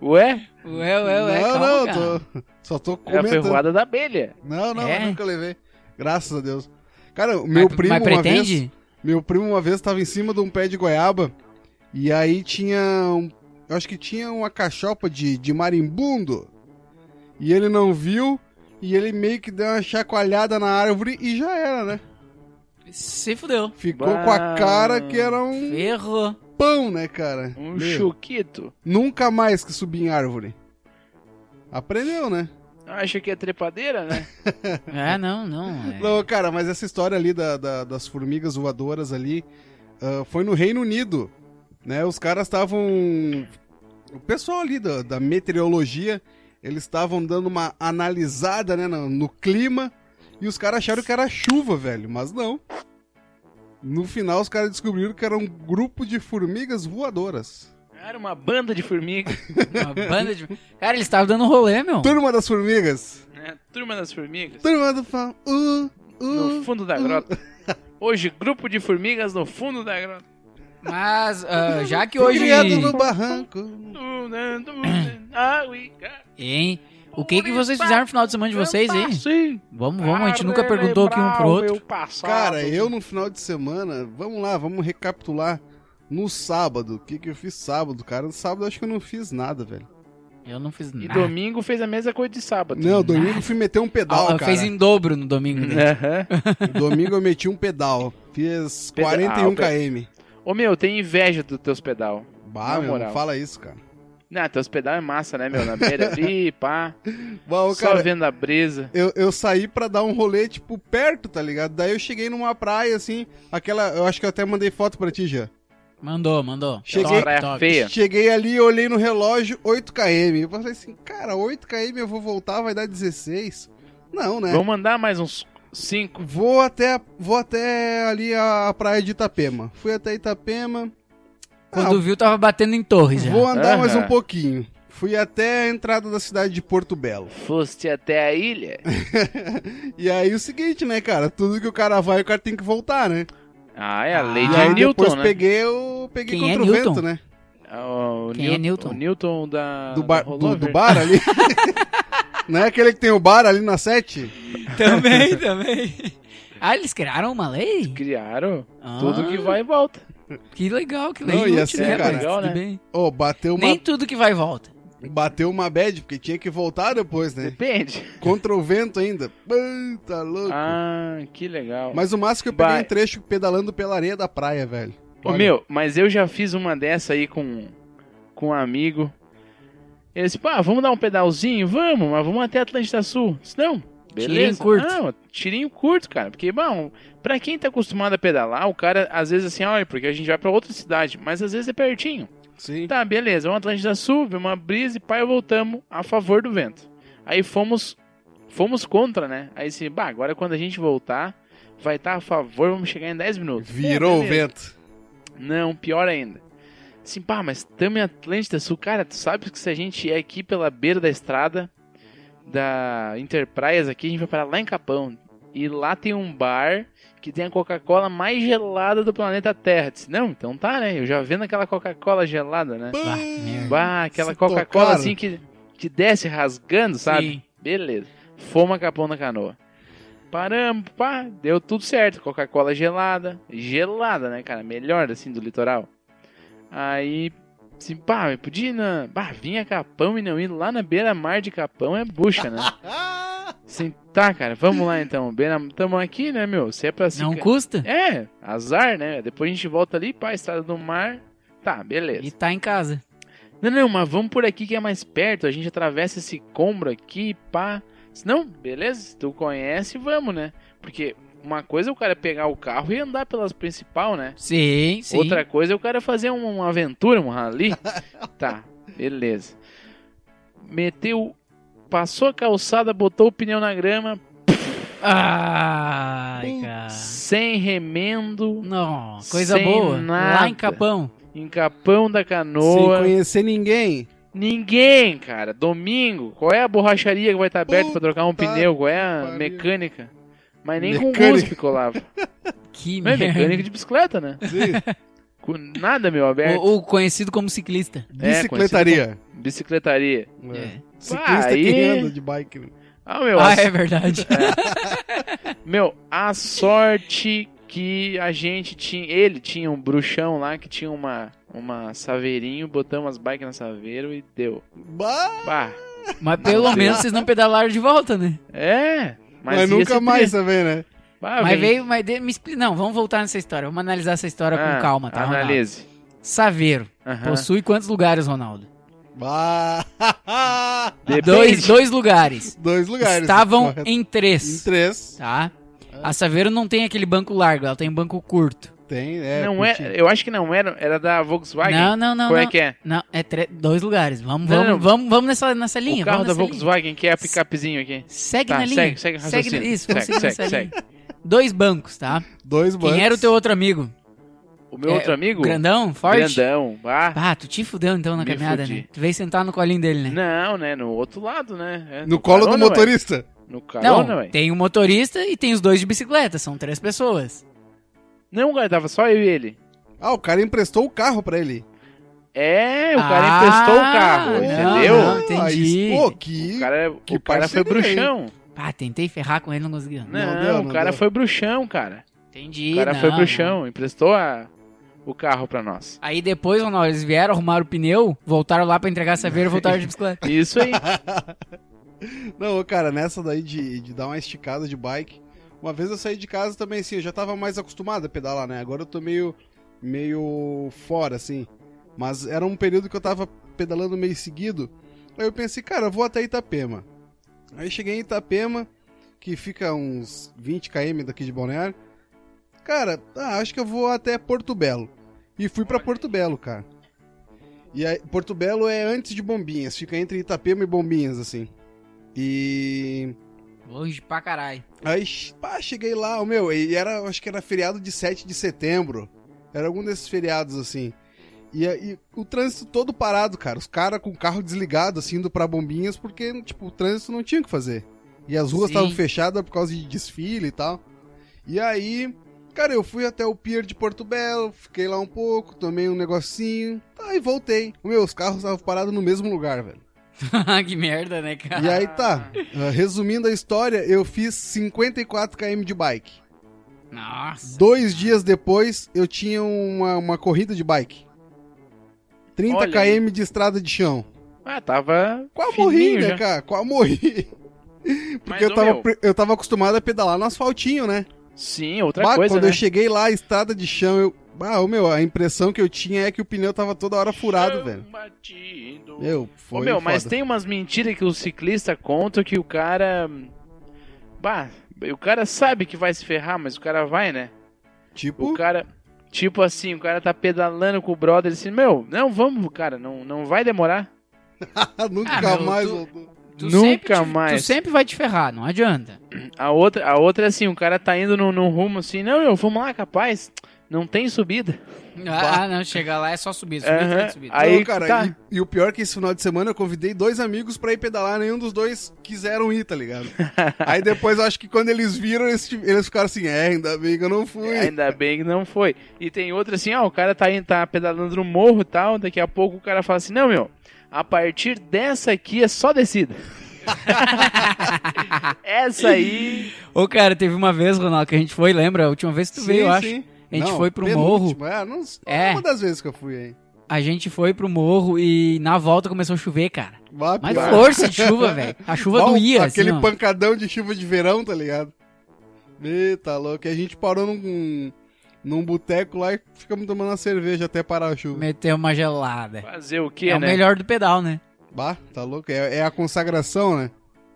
[SPEAKER 2] Ué,
[SPEAKER 1] Ué, ué, ué.
[SPEAKER 3] não,
[SPEAKER 1] é calma,
[SPEAKER 3] não,
[SPEAKER 1] cara.
[SPEAKER 3] tô, só tô
[SPEAKER 2] é a
[SPEAKER 3] comentando.
[SPEAKER 2] ferroada da abelha.
[SPEAKER 3] não, não,
[SPEAKER 1] É?
[SPEAKER 3] eu nunca levei. Graças a Deus. Cara, o
[SPEAKER 1] Mas-
[SPEAKER 3] meu primo
[SPEAKER 1] Mas
[SPEAKER 3] uma
[SPEAKER 1] pretende?
[SPEAKER 3] vez... Meu primo uma vez estava em cima de um pé de goiaba e aí tinha, um, eu acho que tinha uma cachopa de, de marimbundo e ele não viu e ele meio que deu uma chacoalhada na árvore e já era, né?
[SPEAKER 1] Se fudeu.
[SPEAKER 3] Ficou
[SPEAKER 2] Bah.
[SPEAKER 3] com a cara que era um
[SPEAKER 1] Ferrou.
[SPEAKER 3] pão, né, cara?
[SPEAKER 2] Um
[SPEAKER 3] Meu,
[SPEAKER 2] chuquito.
[SPEAKER 3] Nunca mais que subir em árvore. Aprendeu, né?
[SPEAKER 2] Acha que é trepadeira, né?
[SPEAKER 1] Ah, não, não. é.
[SPEAKER 3] Não, cara, mas essa história ali da- da- das formigas voadoras ali ah, foi no Reino Unido, né? Os caras estavam... O pessoal ali da, da meteorologia, eles estavam dando uma analisada, né, no, no clima e os caras acharam que era chuva, velho, mas não. No final, os caras descobriram que era um grupo de formigas voadoras.
[SPEAKER 2] Era uma banda de formigas.
[SPEAKER 1] Uma banda de. Cara, eles estavam dando rolê, meu.
[SPEAKER 3] Turma das formigas!
[SPEAKER 2] né? Turma das formigas.
[SPEAKER 3] Turma do... fa- Uh,
[SPEAKER 2] No
[SPEAKER 1] Hum.
[SPEAKER 3] uh.
[SPEAKER 2] fundo da grota. Hoje, grupo de formigas no fundo da grota.
[SPEAKER 1] Mas, ah, já que
[SPEAKER 3] Fui
[SPEAKER 1] hoje.
[SPEAKER 3] Criado no barranco...
[SPEAKER 2] Ah,
[SPEAKER 1] Hein? O que que vocês fizeram no final de semana de vocês aí?
[SPEAKER 2] Sim.
[SPEAKER 1] Vamos, vamos, a gente nunca perguntou aqui um pro outro.
[SPEAKER 3] Cara, eu no final de semana, vamos lá, vamos recapitular. No sábado, o que que eu fiz sábado, cara? No sábado eu acho que eu não fiz nada, velho.
[SPEAKER 1] Eu não fiz
[SPEAKER 2] E
[SPEAKER 1] nada.
[SPEAKER 2] domingo fez a mesma coisa de sábado.
[SPEAKER 3] Não, domingo eu fui meter um pedal,
[SPEAKER 1] Ah, eu
[SPEAKER 3] cara.
[SPEAKER 1] fez em dobro no domingo. né?
[SPEAKER 2] Aham.
[SPEAKER 3] Domingo eu meti um pedal. Fiz
[SPEAKER 2] Pedal,
[SPEAKER 3] 41
[SPEAKER 2] pe-
[SPEAKER 3] km.
[SPEAKER 2] Ô meu, eu tenho inveja dos teus pedal.
[SPEAKER 3] Bah,
[SPEAKER 2] Na
[SPEAKER 3] meu, não
[SPEAKER 2] moral.
[SPEAKER 3] fala isso, cara.
[SPEAKER 2] Não, teus pedal é massa, né, meu? Na beira ali, pá.
[SPEAKER 3] Bah, ô,
[SPEAKER 2] só
[SPEAKER 3] cara,
[SPEAKER 2] vendo a brisa.
[SPEAKER 3] eu, eu saí pra dar um rolê, tipo, perto, tá ligado? Daí eu cheguei numa praia, assim, aquela... Eu acho que eu até mandei foto pra ti, já.
[SPEAKER 1] Mandou, mandou.
[SPEAKER 3] É. Cheguei-
[SPEAKER 1] Top,
[SPEAKER 2] Praia
[SPEAKER 1] top.
[SPEAKER 2] feia.
[SPEAKER 3] Cheguei ali, olhei no relógio, 8 km. Eu falei assim, cara, 8 km eu vou voltar, vai dar 16. Não, né?
[SPEAKER 2] Vou mandar mais uns cinco.
[SPEAKER 3] Vou até, vou até ali a praia de Itapema. Fui até Itapema.
[SPEAKER 1] Quando viu, tava batendo em torres já.
[SPEAKER 3] Vou andar mais um
[SPEAKER 2] Aham.
[SPEAKER 3] pouquinho. Fui até a entrada da cidade de Porto Belo.
[SPEAKER 2] Foste até a ilha?
[SPEAKER 3] E aí o seguinte, né, cara? Tudo que o cara vai, o cara tem que voltar, né?
[SPEAKER 2] Ah, é a lei
[SPEAKER 1] E
[SPEAKER 3] E
[SPEAKER 2] de
[SPEAKER 1] Ah,
[SPEAKER 3] aí depois
[SPEAKER 2] Newton, né?
[SPEAKER 3] peguei o. Peguei
[SPEAKER 1] Quem é
[SPEAKER 3] contra o
[SPEAKER 1] Newton?
[SPEAKER 3] vento, né?
[SPEAKER 2] Ah, O
[SPEAKER 1] Quem é Newton?
[SPEAKER 2] O Newton da.
[SPEAKER 3] Do,
[SPEAKER 2] da
[SPEAKER 3] bar, do,
[SPEAKER 2] Rollover.
[SPEAKER 3] do bar ali. Não é aquele que tem o bar ali na sete?
[SPEAKER 1] Também, também. Ah, eles criaram uma lei?
[SPEAKER 2] Criaram.
[SPEAKER 1] Ah,
[SPEAKER 2] Tudo que vai e volta.
[SPEAKER 1] Que legal, que
[SPEAKER 3] Não,
[SPEAKER 1] legal.
[SPEAKER 3] e assim, cara,
[SPEAKER 2] legal, né?
[SPEAKER 3] Ô, bateu uma,
[SPEAKER 1] Nem tudo que vai volta.
[SPEAKER 3] bateu uma bad, porque tinha que voltar depois, né?
[SPEAKER 2] Depende.
[SPEAKER 3] Contra o vento ainda. Pã, Tá louco.
[SPEAKER 2] Ah, que legal.
[SPEAKER 3] Mas o máximo que eu peguei
[SPEAKER 2] Vai.
[SPEAKER 3] um trecho pedalando pela areia da praia, velho.
[SPEAKER 2] Ô,
[SPEAKER 3] Olha,
[SPEAKER 2] meu, mas eu já fiz uma dessa aí com, com um amigo. Ele disse, pá, vamos dar um pedalzinho? Vamos, mas vamos até Atlântida Sul. Disse, não, beleza.
[SPEAKER 1] Tirinho curto.
[SPEAKER 2] Não, tirinho curto, cara. Porque, bom, pra quem tá acostumado a pedalar, o cara, às vezes, assim, olha, porque a gente vai pra outra cidade, mas às vezes é pertinho.
[SPEAKER 3] Sim.
[SPEAKER 2] Tá, beleza, vamos Atlântida Sul, vê uma brisa e pá, e voltamos a favor do vento. Aí fomos, fomos contra, né? Aí assim, bah, agora quando a gente voltar, tá vai estar a favor, vamos chegar em 10 minutos. Pô,
[SPEAKER 3] Virou o
[SPEAKER 2] beleza.
[SPEAKER 3] vento.
[SPEAKER 2] Não, pior ainda. Assim, pá, mas tamo em Atlântida Sul, cara, tu sabe que se a gente é aqui pela beira da estrada da Enterprise aqui, a gente vai parar lá em Capão. E lá tem um bar que tem a Coca-Cola mais gelada do planeta Terra. Eu Disse, não, então tá, né? Eu já vendo aquela Coca-Cola gelada, né?
[SPEAKER 1] Bah, merda.
[SPEAKER 2] Bah, aquela
[SPEAKER 3] Se
[SPEAKER 2] Coca-Cola
[SPEAKER 3] tocaram.
[SPEAKER 2] assim que te desce rasgando, sabe?
[SPEAKER 1] Sim.
[SPEAKER 2] Beleza. Fomos a Capão da Canoa. Paramos, pá, deu tudo certo. Coca-Cola gelada. Gelada, né, cara? Melhor assim do litoral. Aí, assim, pá, eu podia ir na. Bah, vim a Capão e não ir lá na beira-mar de Capão é bucha, né?
[SPEAKER 3] Ah!
[SPEAKER 2] Assim, tá, cara, vamos lá então. Beira... Tamo aqui, né, meu? Se é pra se.
[SPEAKER 1] Não custa?
[SPEAKER 2] É, azar, né? Depois a gente volta ali, pá, estrada do mar. Tá, beleza.
[SPEAKER 1] E tá em casa.
[SPEAKER 2] Não, não, mas vamos por aqui que é mais perto. A gente atravessa esse combro aqui, pá. Se Não, beleza, se tu conhece, vamos, né? Porque uma coisa é o cara pegar o carro e andar pelas principal, né?
[SPEAKER 1] Sim, sim.
[SPEAKER 2] Outra coisa é o cara fazer uma, uma aventura, um rally. tá, beleza. Meteu, passou a calçada, botou o pneu na grama,
[SPEAKER 1] Ai, cara.
[SPEAKER 2] sem remendo,
[SPEAKER 1] Não, coisa
[SPEAKER 2] Sem
[SPEAKER 1] boa. Lá
[SPEAKER 2] nada.
[SPEAKER 1] em Capão.
[SPEAKER 2] em capão da
[SPEAKER 3] Sem
[SPEAKER 2] canoa.
[SPEAKER 3] conhecer ninguém.
[SPEAKER 2] Ninguém, cara. Domingo, qual é a borracharia que vai estar aberta pra trocar um
[SPEAKER 3] Puta
[SPEAKER 2] pneu? Qual é a
[SPEAKER 3] pariu.
[SPEAKER 2] mecânica? Mas nem com
[SPEAKER 3] Mecânica.
[SPEAKER 2] USP colava.
[SPEAKER 1] Que
[SPEAKER 2] Não é mecânica
[SPEAKER 1] merda.
[SPEAKER 2] de bicicleta, né?
[SPEAKER 3] Sim.
[SPEAKER 2] Com nada, meu, aberto.
[SPEAKER 1] Ou, ou conhecido como ciclista.
[SPEAKER 3] Bicicletaria.
[SPEAKER 2] Bicicletaria.
[SPEAKER 1] É.
[SPEAKER 3] Ciclista
[SPEAKER 2] Aí-
[SPEAKER 3] que anda de bike. né?
[SPEAKER 2] Ah, meu,
[SPEAKER 1] Ah,
[SPEAKER 2] a,
[SPEAKER 1] é verdade.
[SPEAKER 2] meu, a sorte que a gente tinha... Ele tinha um bruxão lá que tinha uma, uma saveirinho, botamos as bikes na saveiro e deu.
[SPEAKER 3] Bah,
[SPEAKER 2] Bah,
[SPEAKER 1] Mas pelo menos vocês não pedalaram de volta, né?
[SPEAKER 2] é...
[SPEAKER 3] mas
[SPEAKER 2] Mas, ia ser
[SPEAKER 3] nunca
[SPEAKER 2] tri-
[SPEAKER 3] mais também, né?
[SPEAKER 2] Bah,
[SPEAKER 1] mas
[SPEAKER 2] vem-
[SPEAKER 1] veio, mas de- me explica. Não, vamos voltar nessa história. Vamos analisar essa história
[SPEAKER 2] Ah,
[SPEAKER 1] com calma, tá? Ronaldo?
[SPEAKER 2] Analise. Ah.
[SPEAKER 1] Saveiro.
[SPEAKER 2] Aham.
[SPEAKER 1] Possui quantos lugares, Ronaldo?
[SPEAKER 3] Bah.
[SPEAKER 2] Depende.
[SPEAKER 1] Dois, dois lugares.
[SPEAKER 3] Dois lugares.
[SPEAKER 1] Estavam
[SPEAKER 3] Correto.
[SPEAKER 1] em
[SPEAKER 3] em
[SPEAKER 1] três,
[SPEAKER 3] três.
[SPEAKER 1] tá? A Saveiro não tem aquele banco largo, ela tem um banco curto.
[SPEAKER 3] Tem, é.
[SPEAKER 2] não é,
[SPEAKER 3] curtinho.
[SPEAKER 2] eu acho que não era, era da Volkswagen.
[SPEAKER 1] Não, não, não.
[SPEAKER 2] Qual é
[SPEAKER 1] não.
[SPEAKER 2] que é?
[SPEAKER 1] Não, é tre- dois lugares. Vamos,
[SPEAKER 2] Não,
[SPEAKER 1] vamos,
[SPEAKER 2] não.
[SPEAKER 1] vamos, vamos nessa, nessa linha.
[SPEAKER 2] o carro
[SPEAKER 1] vamos
[SPEAKER 2] da
[SPEAKER 1] nessa linha.
[SPEAKER 2] Volkswagen, que é a picapezinho aqui.
[SPEAKER 1] Segue
[SPEAKER 2] Tá,
[SPEAKER 1] na linha.
[SPEAKER 2] segue, segue o raciocínio.
[SPEAKER 1] na- Isso, vamos
[SPEAKER 2] Segue,
[SPEAKER 1] seguir
[SPEAKER 2] segue,
[SPEAKER 1] nessa linha. Dois bancos, tá?
[SPEAKER 3] Dois bancos.
[SPEAKER 1] Quem era o teu outro amigo?
[SPEAKER 2] O meu
[SPEAKER 1] É,
[SPEAKER 2] outro amigo?
[SPEAKER 1] Grandão? Forte?
[SPEAKER 2] Grandão. Ah,
[SPEAKER 1] Ah, tu te fudeu então na
[SPEAKER 2] Me
[SPEAKER 1] caminhada,
[SPEAKER 2] fudi.
[SPEAKER 1] né? Tu veio sentar no colinho dele, né?
[SPEAKER 2] não, né? No outro lado, né? É,
[SPEAKER 3] No colo do
[SPEAKER 2] carona, ué.
[SPEAKER 3] motorista.
[SPEAKER 2] No carona,
[SPEAKER 1] não,
[SPEAKER 2] ué.
[SPEAKER 1] tem o motorista e tem os dois de bicicleta, são três pessoas.
[SPEAKER 2] Não, cara, tava só eu e ele.
[SPEAKER 3] Ah, o cara emprestou o carro pra ele.
[SPEAKER 2] É, o cara
[SPEAKER 1] Ah,
[SPEAKER 2] emprestou o carro,
[SPEAKER 1] não,
[SPEAKER 2] entendeu?
[SPEAKER 1] não. entendi.
[SPEAKER 3] Aí, pô, que...
[SPEAKER 2] O cara, é-
[SPEAKER 3] Que
[SPEAKER 2] o cara foi
[SPEAKER 3] parceria, hein?
[SPEAKER 2] bruxão.
[SPEAKER 1] Ah, tentei ferrar com ele, não conseguiu.
[SPEAKER 2] Não,
[SPEAKER 3] deu, não
[SPEAKER 2] o cara
[SPEAKER 3] deu.
[SPEAKER 2] foi bruxão, cara.
[SPEAKER 1] Entendi.
[SPEAKER 2] O cara
[SPEAKER 1] não,
[SPEAKER 2] foi
[SPEAKER 1] não.
[SPEAKER 2] bruxão, emprestou a- o carro pra nós.
[SPEAKER 1] Aí depois, Ronaldo, eles vieram, arrumaram o pneu, voltaram lá pra entregar a saveira e voltaram de bicicleta.
[SPEAKER 2] Isso aí.
[SPEAKER 3] Não, cara, nessa daí de, de dar uma esticada de bike. Uma vez eu saí de casa também, assim, eu já tava mais acostumado a pedalar, né? Agora eu tô meio, meio fora, assim. Mas era um período que eu tava pedalando meio seguido. Aí eu pensei, cara, eu vou até Itapema. Aí cheguei em Itapema, que fica uns 20 km daqui de Balneário. Cara, ah, acho que eu vou até Porto Belo. E fui pra Porto Belo, cara. E aí, Porto Belo é antes de Bombinhas, fica entre Itapema e Bombinhas, assim. E
[SPEAKER 1] Longe pra caralho.
[SPEAKER 3] aí, ch- pá, cheguei lá, o meu, e era, acho que era feriado de 7 de setembro. Era algum desses feriados assim. E aí, o trânsito todo parado, cara. Os caras com o carro desligado, assim, indo pra bombinhas, porque, tipo, o trânsito não tinha o que fazer. E as ruas
[SPEAKER 1] Sim.
[SPEAKER 3] estavam fechadas por causa de desfile e tal. E aí, cara, eu fui até o pier de Porto Belo, fiquei lá um pouco, tomei um negocinho, tá, e voltei. Meu, os carros estavam parados no mesmo lugar, velho.
[SPEAKER 1] que merda, né, cara?
[SPEAKER 3] E aí tá,
[SPEAKER 1] Ah.
[SPEAKER 3] uh, resumindo a história, eu fiz 54 km de bike.
[SPEAKER 1] Nossa.
[SPEAKER 3] Dois dias depois, eu tinha uma, uma corrida de bike. 30
[SPEAKER 2] Olha aí.
[SPEAKER 3] km de estrada de chão.
[SPEAKER 2] Ah, tava.
[SPEAKER 3] Quase
[SPEAKER 2] fininho
[SPEAKER 3] morri, né,
[SPEAKER 2] já.
[SPEAKER 3] cara? Quase morri.
[SPEAKER 2] Mas,
[SPEAKER 3] Porque eu
[SPEAKER 2] ô,
[SPEAKER 3] tava,
[SPEAKER 2] meu,
[SPEAKER 3] pre- eu tava acostumado a pedalar no asfaltinho, né?
[SPEAKER 2] Sim, outra
[SPEAKER 3] Bah,
[SPEAKER 2] coisa,
[SPEAKER 3] quando
[SPEAKER 2] né?
[SPEAKER 3] eu cheguei lá, a estrada de chão, eu. Ah, ô, meu, a impressão que eu tinha é que o pneu tava toda hora furado,
[SPEAKER 2] Chão
[SPEAKER 3] velho.
[SPEAKER 2] batido.
[SPEAKER 3] Meu,
[SPEAKER 2] Ô,
[SPEAKER 3] foi.
[SPEAKER 2] meu, mas
[SPEAKER 3] foda.
[SPEAKER 2] tem umas mentiras que o ciclista conta que o cara. Bah, o cara sabe que vai se ferrar, mas o cara vai, né?
[SPEAKER 3] Tipo,
[SPEAKER 2] O cara. Tipo assim, o cara tá pedalando com o brother assim, meu, não, vamos, cara, não, não vai demorar.
[SPEAKER 3] nunca
[SPEAKER 1] Ah, meu,
[SPEAKER 3] mais
[SPEAKER 1] tu-
[SPEAKER 3] voltou.
[SPEAKER 2] Nunca
[SPEAKER 1] sempre te-
[SPEAKER 2] mais.
[SPEAKER 1] Tu sempre vai te ferrar, não adianta.
[SPEAKER 2] A outra, a outra é assim, o cara tá indo num, num rumo assim, não, eu, vamos lá, capaz. Não tem subida.
[SPEAKER 1] Ah, ah, não, chega lá é só subir, subir,
[SPEAKER 2] Aham.
[SPEAKER 1] subir, subir.
[SPEAKER 2] Aí,
[SPEAKER 3] Não, cara,
[SPEAKER 2] tá.
[SPEAKER 3] e, e o pior é que esse final de semana eu convidei dois amigos pra ir pedalar, nenhum dos dois quiseram ir, tá ligado? Aí depois eu acho que quando eles viram, eles, tive- eles ficaram assim, é, ainda bem que eu não fui.
[SPEAKER 1] É,
[SPEAKER 2] Ainda bem que não foi. E tem outra assim, ó, o cara tá, indo- tá pedalando no morro e tal, daqui a pouco o cara fala assim, não, meu, a partir dessa aqui é só descida. Essa aí...
[SPEAKER 1] Ô, cara, teve uma vez, Ronaldo, que a gente foi, lembra? A última vez que tu veio, eu acho. A gente foi pro morro.
[SPEAKER 3] É, não,
[SPEAKER 1] É.
[SPEAKER 3] uma das vezes que eu fui aí.
[SPEAKER 1] A gente foi pro morro e na volta começou a chover, cara.
[SPEAKER 3] Vá,
[SPEAKER 1] Mas
[SPEAKER 3] pior.
[SPEAKER 1] força de chuva, velho. A chuva
[SPEAKER 3] Bom,
[SPEAKER 1] doía,
[SPEAKER 3] Aquele
[SPEAKER 1] assim, ó.
[SPEAKER 3] pancadão de chuva de verão, tá ligado? Ih, tá louco. E a gente parou num, num boteco lá e ficamos tomando uma cerveja até parar a chuva.
[SPEAKER 1] Meteu uma gelada.
[SPEAKER 2] Fazer o que,
[SPEAKER 1] É o
[SPEAKER 2] né?
[SPEAKER 1] melhor do pedal, né?
[SPEAKER 3] Bah, tá louco. É, é a consagração, né?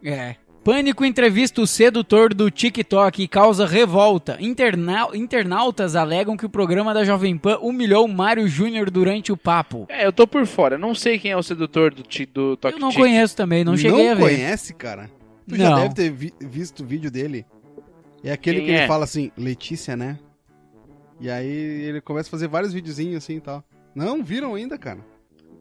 [SPEAKER 1] É. Pânico entrevista o sedutor do TikTok e causa revolta. Internau- internautas alegam que o programa da Jovem Pan humilhou Mário Júnior durante o papo.
[SPEAKER 2] É, eu tô por fora, não sei quem é o sedutor do, ti- do Toque
[SPEAKER 1] Eu não
[SPEAKER 2] Tic.
[SPEAKER 1] conheço também, não cheguei a ver.
[SPEAKER 3] conhece, cara? Tu já
[SPEAKER 1] Não.
[SPEAKER 3] deve ter vi- visto o vídeo dele. É aquele
[SPEAKER 2] Quem
[SPEAKER 3] que
[SPEAKER 2] é?
[SPEAKER 3] ele fala assim, Letícia, né? E aí ele começa a fazer vários videozinhos assim e tal. Não, viram ainda, cara?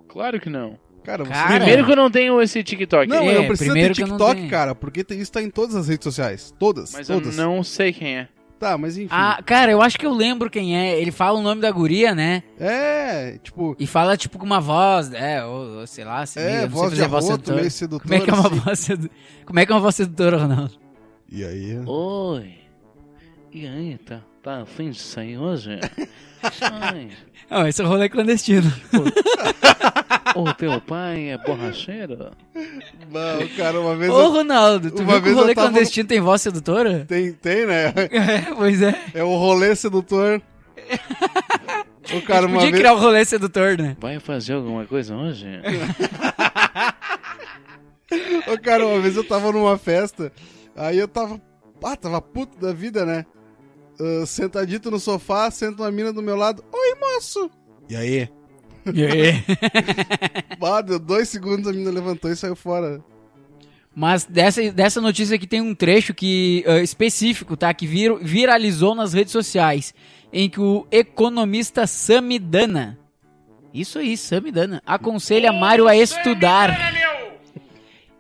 [SPEAKER 2] Claro que não.
[SPEAKER 3] Cara, você...
[SPEAKER 1] Cara,
[SPEAKER 2] Primeiro que eu não tenho esse TikTok.
[SPEAKER 3] Não,
[SPEAKER 1] É,
[SPEAKER 3] eu não precisa ter
[SPEAKER 1] primeiro que eu não
[SPEAKER 3] TikTok,
[SPEAKER 1] tenho.
[SPEAKER 3] cara, porque tem- isso tá em todas as redes sociais. Todas,
[SPEAKER 2] mas eu
[SPEAKER 3] todas.
[SPEAKER 2] não sei quem é.
[SPEAKER 3] Tá, mas enfim.
[SPEAKER 1] Ah, cara, eu acho que eu lembro quem é. Ele fala o nome da guria, né?
[SPEAKER 3] É, tipo,
[SPEAKER 1] E fala tipo com uma voz, é, ou, ou sei lá, se liga,
[SPEAKER 3] é,
[SPEAKER 1] não sei
[SPEAKER 3] voz de
[SPEAKER 1] fazer voz
[SPEAKER 3] arroto,
[SPEAKER 1] sedutora.
[SPEAKER 3] meio sedutor. assim.
[SPEAKER 1] Como é que é uma voz sedu- Como é que é uma voz sedutora, Ronaldo?
[SPEAKER 3] E aí?
[SPEAKER 2] Oi. E aí, tá, tá afim de sair hoje? Ai,
[SPEAKER 1] Não, esse é rolê clandestino.
[SPEAKER 2] o teu pai é borracheiro?
[SPEAKER 3] Não, cara, uma vez...
[SPEAKER 1] Ô,
[SPEAKER 3] eu-
[SPEAKER 1] Ronaldo, tu viu
[SPEAKER 3] uma
[SPEAKER 1] que o
[SPEAKER 3] vez eu
[SPEAKER 1] rolê
[SPEAKER 3] tava no-
[SPEAKER 1] clandestino tem voz sedutora?
[SPEAKER 3] Tem, tem, né?
[SPEAKER 1] É, pois é.
[SPEAKER 3] É o rolê sedutor. o cara, uma
[SPEAKER 1] Podia
[SPEAKER 3] vez...
[SPEAKER 1] criar o rolê sedutor, né?
[SPEAKER 2] Vai fazer alguma coisa hoje?
[SPEAKER 3] Ô, cara, uma vez eu tava numa festa, aí eu tava. Ah, tava puto da vida, né? Ah, sentadito no sofá, senta uma mina do meu lado. Oi, moço! E aí?
[SPEAKER 1] É.
[SPEAKER 3] Ah, deu dois segundos, a mina levantou e saiu fora.
[SPEAKER 1] Mas dessa, dessa notícia aqui tem um trecho que eh, específico, tá? Que vir- viralizou nas redes sociais, em que o economista Samidana, isso aí, Samidana, aconselha Mário a estudar.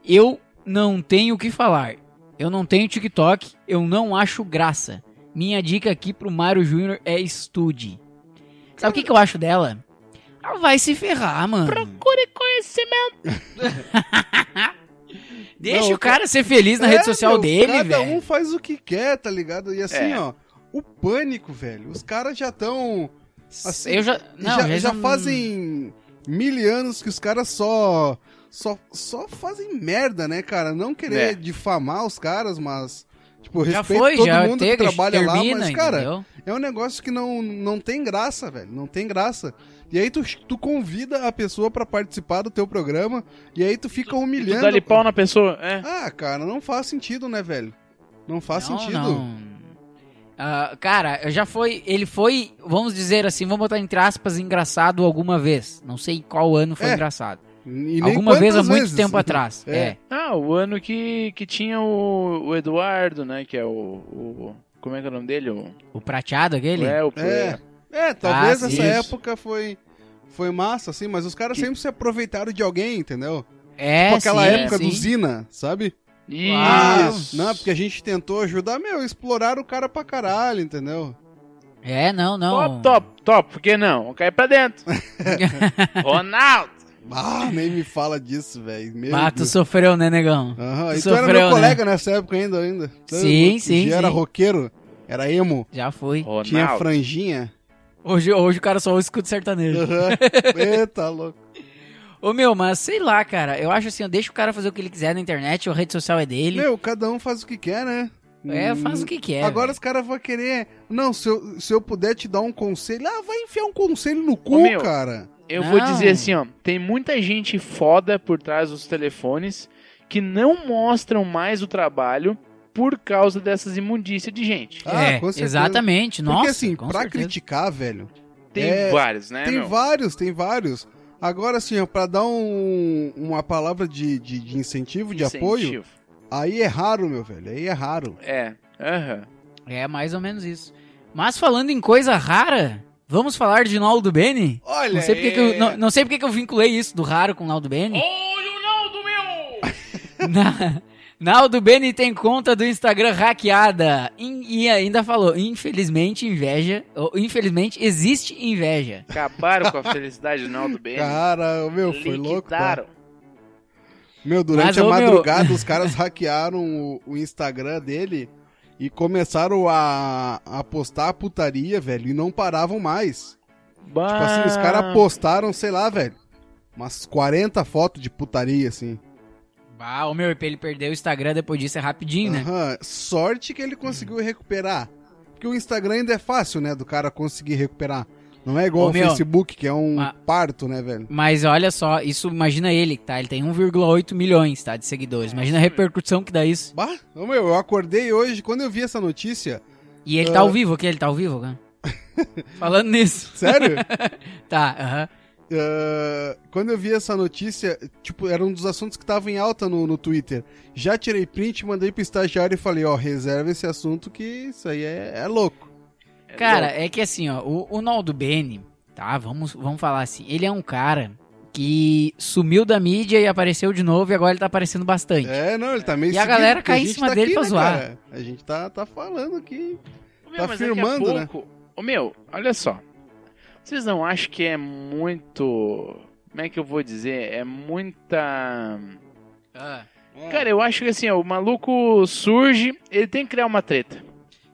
[SPEAKER 1] Eu não tenho o que falar. Eu não tenho TikTok, eu não acho graça. Minha dica aqui pro Mário Júnior é estude. Sabe o que, que eu acho dela? Ela vai se ferrar, mano.
[SPEAKER 2] Procure conhecimento.
[SPEAKER 1] Deixa
[SPEAKER 3] Não,
[SPEAKER 1] o cara ser feliz na
[SPEAKER 3] É,
[SPEAKER 1] rede social
[SPEAKER 3] meu,
[SPEAKER 1] dele,
[SPEAKER 3] Cada
[SPEAKER 1] velho.
[SPEAKER 3] um faz o que quer, tá ligado? E assim,
[SPEAKER 2] É.
[SPEAKER 3] ó. O pânico, velho. Os caras já estão. Assim,
[SPEAKER 1] eu já, não,
[SPEAKER 3] já,
[SPEAKER 1] já,
[SPEAKER 3] já
[SPEAKER 1] não-
[SPEAKER 3] fazem mil anos que os caras só, só. Só fazem merda, né, cara? Não querer
[SPEAKER 2] É.
[SPEAKER 3] difamar os caras, mas. Tipo,
[SPEAKER 1] Já
[SPEAKER 3] respeito
[SPEAKER 1] foi,
[SPEAKER 3] todo
[SPEAKER 1] já
[SPEAKER 3] mundo
[SPEAKER 1] teve,
[SPEAKER 3] que trabalha
[SPEAKER 1] termina,
[SPEAKER 3] lá, mas, cara,
[SPEAKER 1] entendeu?
[SPEAKER 3] é um negócio que não, não tem graça, velho. Não tem graça. E aí tu, tu convida a pessoa pra participar do teu programa e aí tu fica humilhando.
[SPEAKER 2] Tu dá-lhe pau na pessoa. É.
[SPEAKER 3] Ah, cara, não faz sentido, né, velho? Não faz
[SPEAKER 1] Não,
[SPEAKER 3] sentido.
[SPEAKER 1] não. Ah, cara, já foi. Ele foi, vamos dizer assim, vamos botar entre aspas, engraçado alguma vez. Não sei qual ano foi
[SPEAKER 3] É.
[SPEAKER 1] engraçado.
[SPEAKER 3] E nem
[SPEAKER 1] alguma vez há
[SPEAKER 3] quantas
[SPEAKER 1] muito
[SPEAKER 3] vezes.
[SPEAKER 1] tempo atrás.
[SPEAKER 3] É.
[SPEAKER 1] É.
[SPEAKER 2] Ah, o ano que, que tinha o, o Eduardo, né? Que é o, o- Como é que é o nome dele? O,
[SPEAKER 1] O prateado aquele?
[SPEAKER 2] é, o
[SPEAKER 3] É, é talvez
[SPEAKER 1] Ah,
[SPEAKER 3] essa
[SPEAKER 1] isso.
[SPEAKER 3] época foi, foi massa, assim, mas os caras
[SPEAKER 2] Que-
[SPEAKER 3] sempre se aproveitaram de alguém, entendeu?
[SPEAKER 1] É,
[SPEAKER 3] Tipo aquela
[SPEAKER 1] sim, é,
[SPEAKER 3] época
[SPEAKER 1] sim.
[SPEAKER 3] do Zina, sabe?
[SPEAKER 2] Isso.
[SPEAKER 1] Ah,
[SPEAKER 3] não, porque a gente tentou ajudar, meu, exploraram o cara pra caralho, entendeu?
[SPEAKER 1] É, não, não.
[SPEAKER 2] Top, top, top. Por que não? Cai pra dentro. Ronaldo.
[SPEAKER 3] Ah, nem me fala disso, velho. Meu
[SPEAKER 1] Ah, tu
[SPEAKER 3] Deus.
[SPEAKER 1] sofreu, né, negão?
[SPEAKER 3] Aham,
[SPEAKER 1] tu
[SPEAKER 3] e tu era
[SPEAKER 1] sofreu,
[SPEAKER 3] meu
[SPEAKER 1] né?
[SPEAKER 3] colega nessa época ainda, ainda. Tu era-
[SPEAKER 1] Sim,
[SPEAKER 3] tu
[SPEAKER 1] sim,
[SPEAKER 3] Já era
[SPEAKER 1] sim.
[SPEAKER 3] roqueiro, era emo,
[SPEAKER 1] Já foi.
[SPEAKER 2] Ronaldo.
[SPEAKER 3] tinha franjinha.
[SPEAKER 1] Hoje, hoje o cara só escuta sertanejo.
[SPEAKER 3] Aham. Eita, louco.
[SPEAKER 1] Ô meu, mas sei lá, cara. Eu acho assim, eu deixo o cara fazer o que ele quiser na internet, a rede social é dele.
[SPEAKER 3] Meu, cada um faz o que quer, né?
[SPEAKER 1] é, faz o que quer.
[SPEAKER 3] Agora
[SPEAKER 1] velho.
[SPEAKER 3] os caras vão querer. Não, se eu, se eu puder te dar um conselho. Ah, vai enfiar um conselho no cu,
[SPEAKER 2] meu.
[SPEAKER 3] cara.
[SPEAKER 2] Eu vou
[SPEAKER 1] Não.
[SPEAKER 2] dizer assim, ó, tem muita gente foda por trás dos telefones que não mostram mais o trabalho por causa dessas imundícias de gente.
[SPEAKER 3] Ah,
[SPEAKER 1] é,
[SPEAKER 3] com certeza.
[SPEAKER 1] exatamente. Nossa,
[SPEAKER 3] Porque assim,
[SPEAKER 1] com
[SPEAKER 3] pra
[SPEAKER 1] certeza.
[SPEAKER 3] criticar, velho,
[SPEAKER 2] Tem
[SPEAKER 3] É,
[SPEAKER 2] vários, né,
[SPEAKER 3] tem
[SPEAKER 2] meu?
[SPEAKER 3] vários, tem vários. Agora, assim, ó, pra dar um, uma palavra de, de, de incentivo, de apoio,
[SPEAKER 2] Incentivo.
[SPEAKER 3] aí é raro, meu velho. Aí é raro.
[SPEAKER 2] É, aham.
[SPEAKER 1] É mais ou menos isso. Mas falando em coisa rara, vamos falar de Naldo Bene?
[SPEAKER 3] Olha
[SPEAKER 1] Não sei porque que eu, não, não sei porque que eu vinculei isso do raro com Naldo Bene.
[SPEAKER 2] Olha o Naldo, meu!
[SPEAKER 1] Na- Naldo Bene tem conta do Instagram hackeada. In- e ainda falou, infelizmente inveja, ou, infelizmente existe inveja.
[SPEAKER 2] Acabaram com a felicidade do Naldo Bene.
[SPEAKER 3] Cara, meu, foi louco. tá?
[SPEAKER 2] Liquidaram.
[SPEAKER 3] Meu, durante
[SPEAKER 1] Mas,
[SPEAKER 3] a
[SPEAKER 1] ô, meu-
[SPEAKER 3] madrugada os caras hackearam o, o Instagram dele e começaram a, a postar a putaria, velho, e não paravam mais. Tipo assim, os
[SPEAKER 1] Ah.
[SPEAKER 3] caras postaram, sei lá, velho, umas 40 fotos de putaria, assim.
[SPEAKER 1] Ah, o meu, ele perdeu o Instagram depois disso é rapidinho, né?
[SPEAKER 3] Aham, Sorte que ele conseguiu recuperar. Porque o Instagram ainda é fácil, né, do cara conseguir recuperar. Não é igual
[SPEAKER 1] Ô,
[SPEAKER 3] ao
[SPEAKER 1] meu,
[SPEAKER 3] Facebook, que é um
[SPEAKER 1] ma-
[SPEAKER 3] parto, né, velho?
[SPEAKER 1] Mas olha só, isso imagina ele, tá? Ele tem 1,8 milhões, tá, de seguidores. Imagina a repercussão que dá isso.
[SPEAKER 3] Bah, ô, meu, eu acordei hoje, quando eu vi essa notícia,
[SPEAKER 1] E ele
[SPEAKER 2] Ah.
[SPEAKER 1] tá ao vivo aqui, ele tá ao vivo, cara. Falando nisso.
[SPEAKER 3] sério...
[SPEAKER 1] Tá, aham.
[SPEAKER 3] Ah, quando eu vi essa notícia, tipo, era um dos assuntos que tava em alta no, no Twitter. Já tirei print, mandei pro estagiário e falei, ó, reserva esse assunto que isso aí é, é louco.
[SPEAKER 2] É
[SPEAKER 1] Cara,
[SPEAKER 2] louco.
[SPEAKER 1] é que assim, ó, o, o Naldo Bene, tá? Vamos, vamos falar assim. Ele é um cara que sumiu da mídia e apareceu de novo e agora ele tá aparecendo bastante.
[SPEAKER 3] É, não, ele tá meio
[SPEAKER 1] E a
[SPEAKER 3] seguido,
[SPEAKER 1] galera
[SPEAKER 3] porque
[SPEAKER 1] cai em
[SPEAKER 3] gente tá né,
[SPEAKER 1] cima dele pra zoar.
[SPEAKER 3] cara? A gente tá, tá falando aqui.
[SPEAKER 2] Ô, meu,
[SPEAKER 3] tá
[SPEAKER 2] mas daqui a
[SPEAKER 3] firmando, né?
[SPEAKER 2] pouco- Ô, meu, olha só. Vocês não acham que é muito... Como é que eu vou dizer? É muita... Ah. Cara, eu acho que assim, ó, o maluco surge, ele tem que criar uma treta.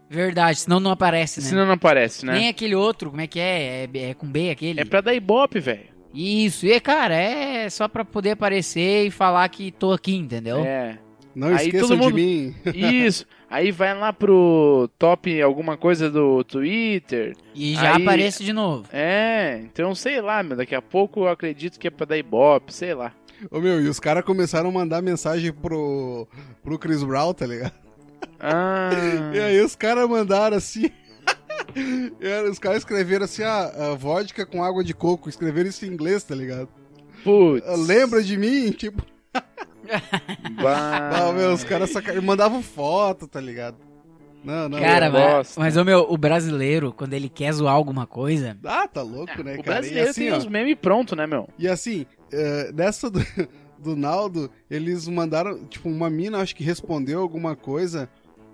[SPEAKER 1] Verdade, senão não aparece, né?
[SPEAKER 2] Senão não aparece, né?
[SPEAKER 1] Nem aquele outro, como é que é? É, é com B aquele?
[SPEAKER 2] É pra dar ibope, velho.
[SPEAKER 1] Isso, e cara, é só pra poder aparecer e falar que tô aqui, entendeu?
[SPEAKER 2] É.
[SPEAKER 3] Não
[SPEAKER 2] Aí
[SPEAKER 3] esqueçam
[SPEAKER 2] todo mundo-
[SPEAKER 3] de mim.
[SPEAKER 2] Isso. Aí vai lá pro top alguma coisa do Twitter.
[SPEAKER 1] E já
[SPEAKER 2] Aí-
[SPEAKER 1] aparece de novo.
[SPEAKER 2] É, então sei lá, meu. Daqui a pouco eu acredito que é pra dar ibope, sei lá.
[SPEAKER 3] Ô meu, e os caras começaram a mandar mensagem pro, pro Chris Brown, tá ligado?
[SPEAKER 2] Ah,
[SPEAKER 3] E aí os caras mandaram assim. E aí os caras escreveram assim, ah, ah, vodka com água de coco. Escreveram isso em inglês, tá ligado?
[SPEAKER 2] putz.
[SPEAKER 3] Ah, Lembra de mim? Tipo,
[SPEAKER 2] Bah,
[SPEAKER 3] Ah, meu, os caras saca... mandavam foto, tá ligado? Não, não.
[SPEAKER 1] Cara,
[SPEAKER 2] eu
[SPEAKER 1] mas,
[SPEAKER 2] gosto. né?
[SPEAKER 1] mas ô meu, o brasileiro, quando ele quer zoar alguma coisa,
[SPEAKER 3] Ah, tá louco, né,
[SPEAKER 2] É, o
[SPEAKER 3] cara?
[SPEAKER 2] brasileiro
[SPEAKER 3] e assim,
[SPEAKER 2] tem
[SPEAKER 3] ó,
[SPEAKER 2] uns memes pronto, né, meu?
[SPEAKER 3] e assim eh, nessa do, do Naldo, eles mandaram, tipo, uma mina, acho que respondeu alguma coisa.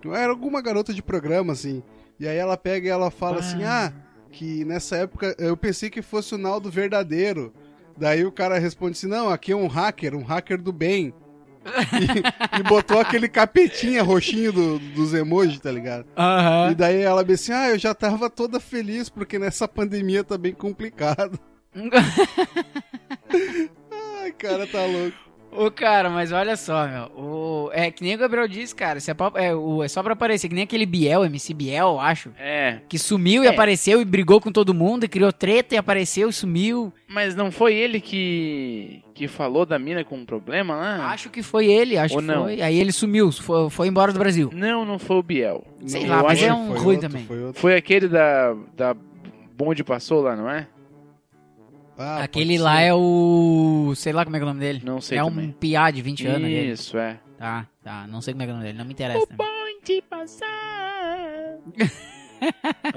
[SPEAKER 3] Era alguma garota de programa, assim. E aí ela pega e ela fala
[SPEAKER 2] Ah.
[SPEAKER 3] assim, ah, que nessa época eu pensei que fosse o Naldo verdadeiro. Daí o cara responde assim, não, aqui é um hacker, um hacker do bem. E, e botou aquele capetinha roxinho do- dos emojis, tá ligado? E
[SPEAKER 1] Aham.
[SPEAKER 3] daí ela disse assim, ah, eu já tava toda feliz porque nessa pandemia tá bem complicado. Ai, cara, tá louco.
[SPEAKER 1] Ô, cara, mas olha só, meu. O... É que nem o Gabriel disse, cara. se é, pra- é, o- é só pra aparecer, que nem aquele Biel, MC Biel, eu acho.
[SPEAKER 2] É,
[SPEAKER 1] Que sumiu e
[SPEAKER 2] É.
[SPEAKER 1] apareceu e brigou com todo mundo e criou treta e apareceu e sumiu.
[SPEAKER 2] mas não foi ele que que falou da mina com um problema lá?
[SPEAKER 1] Acho que foi ele, acho
[SPEAKER 2] Ou
[SPEAKER 1] que
[SPEAKER 2] não.
[SPEAKER 1] foi. Aí ele sumiu, foi, foi embora do Brasil.
[SPEAKER 2] Não, não foi o Biel.
[SPEAKER 1] Sei
[SPEAKER 2] Eu
[SPEAKER 1] lá, mas
[SPEAKER 2] acho
[SPEAKER 1] é
[SPEAKER 2] que
[SPEAKER 1] um
[SPEAKER 3] foi
[SPEAKER 1] ruim
[SPEAKER 3] outro,
[SPEAKER 1] também.
[SPEAKER 3] Foi outro.
[SPEAKER 2] Foi aquele da da bonde passou lá, não é?
[SPEAKER 3] Ah, pode
[SPEAKER 1] Aquele
[SPEAKER 3] ser.
[SPEAKER 1] lá é o. Sei lá como é que é o nome dele.
[SPEAKER 2] Não sei
[SPEAKER 1] é um
[SPEAKER 2] também.
[SPEAKER 1] piá de 20 anos. Aquele.
[SPEAKER 2] Isso, é.
[SPEAKER 1] Tá, tá. Não sei como é que é o nome dele, não me interessa. também.
[SPEAKER 2] Bonde passar.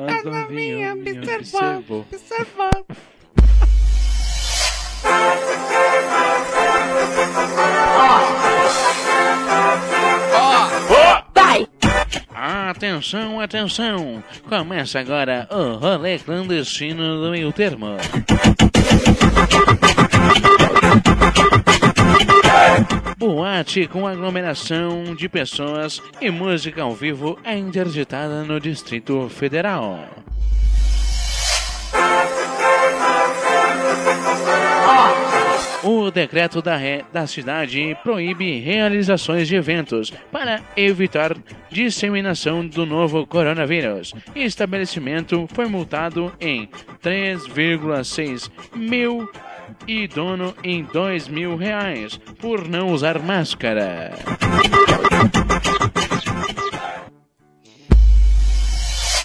[SPEAKER 2] Andorinho me observou. Atenção, atenção! Começa agora o rolê clandestino do meio termo. Boate com aglomeração de pessoas e música ao vivo é interditada no Distrito Federal. O decreto da, re- da cidade proíbe realizações de eventos para evitar disseminação do novo coronavírus. Estabelecimento foi multado em 3,6 mil e dono em 2 mil reais por não usar máscara.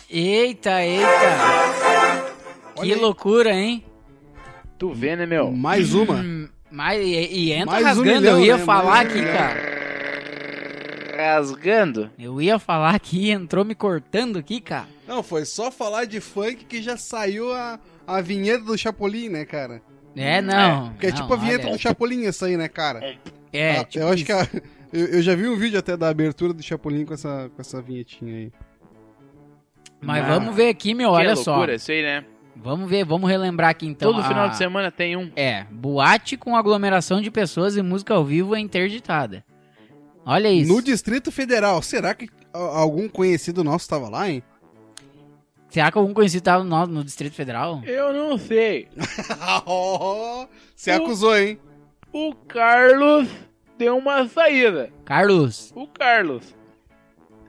[SPEAKER 1] Eita, eita.
[SPEAKER 3] Olha
[SPEAKER 1] Que
[SPEAKER 3] aí.
[SPEAKER 1] loucura, hein?
[SPEAKER 2] Tu vê, né, meu?
[SPEAKER 3] Mais uma.
[SPEAKER 1] Hum, mas, e, e entra
[SPEAKER 3] Mais um
[SPEAKER 1] rasgando,
[SPEAKER 3] milhão,
[SPEAKER 1] eu ia
[SPEAKER 3] né?
[SPEAKER 1] falar
[SPEAKER 3] Mais um
[SPEAKER 1] aqui, cara.
[SPEAKER 2] rasgando.
[SPEAKER 1] Eu ia falar aqui, entrou me cortando aqui, cara.
[SPEAKER 3] Não, foi só falar de funk que já saiu a, a vinheta do Chapolin, né, cara?
[SPEAKER 1] É, não.
[SPEAKER 3] Porque é tipo a vinheta do Chapolin essa aí, né, cara?
[SPEAKER 1] É,
[SPEAKER 3] Ah,
[SPEAKER 1] tipo
[SPEAKER 3] eu acho
[SPEAKER 1] isso.
[SPEAKER 3] que a- eu, eu já vi um vídeo até da abertura do Chapolin com essa, com essa vinhetinha aí.
[SPEAKER 1] Mas
[SPEAKER 2] Ah,
[SPEAKER 1] vamos ver aqui, meu, olha
[SPEAKER 2] que
[SPEAKER 1] só.
[SPEAKER 2] loucura, isso aí, né?
[SPEAKER 1] Vamos ver, vamos relembrar aqui então.
[SPEAKER 2] Todo
[SPEAKER 1] a-
[SPEAKER 2] final de semana tem um.
[SPEAKER 1] É, boate com aglomeração de pessoas e música ao vivo é interditada. Olha isso.
[SPEAKER 3] No Distrito Federal, será que a- algum conhecido nosso tava lá, hein?
[SPEAKER 1] Será que algum conhecido tava no, no Distrito Federal?
[SPEAKER 2] Eu não sei.
[SPEAKER 3] Você acusou, hein?
[SPEAKER 2] O Carlos deu uma saída.
[SPEAKER 1] Carlos,
[SPEAKER 2] O Carlos.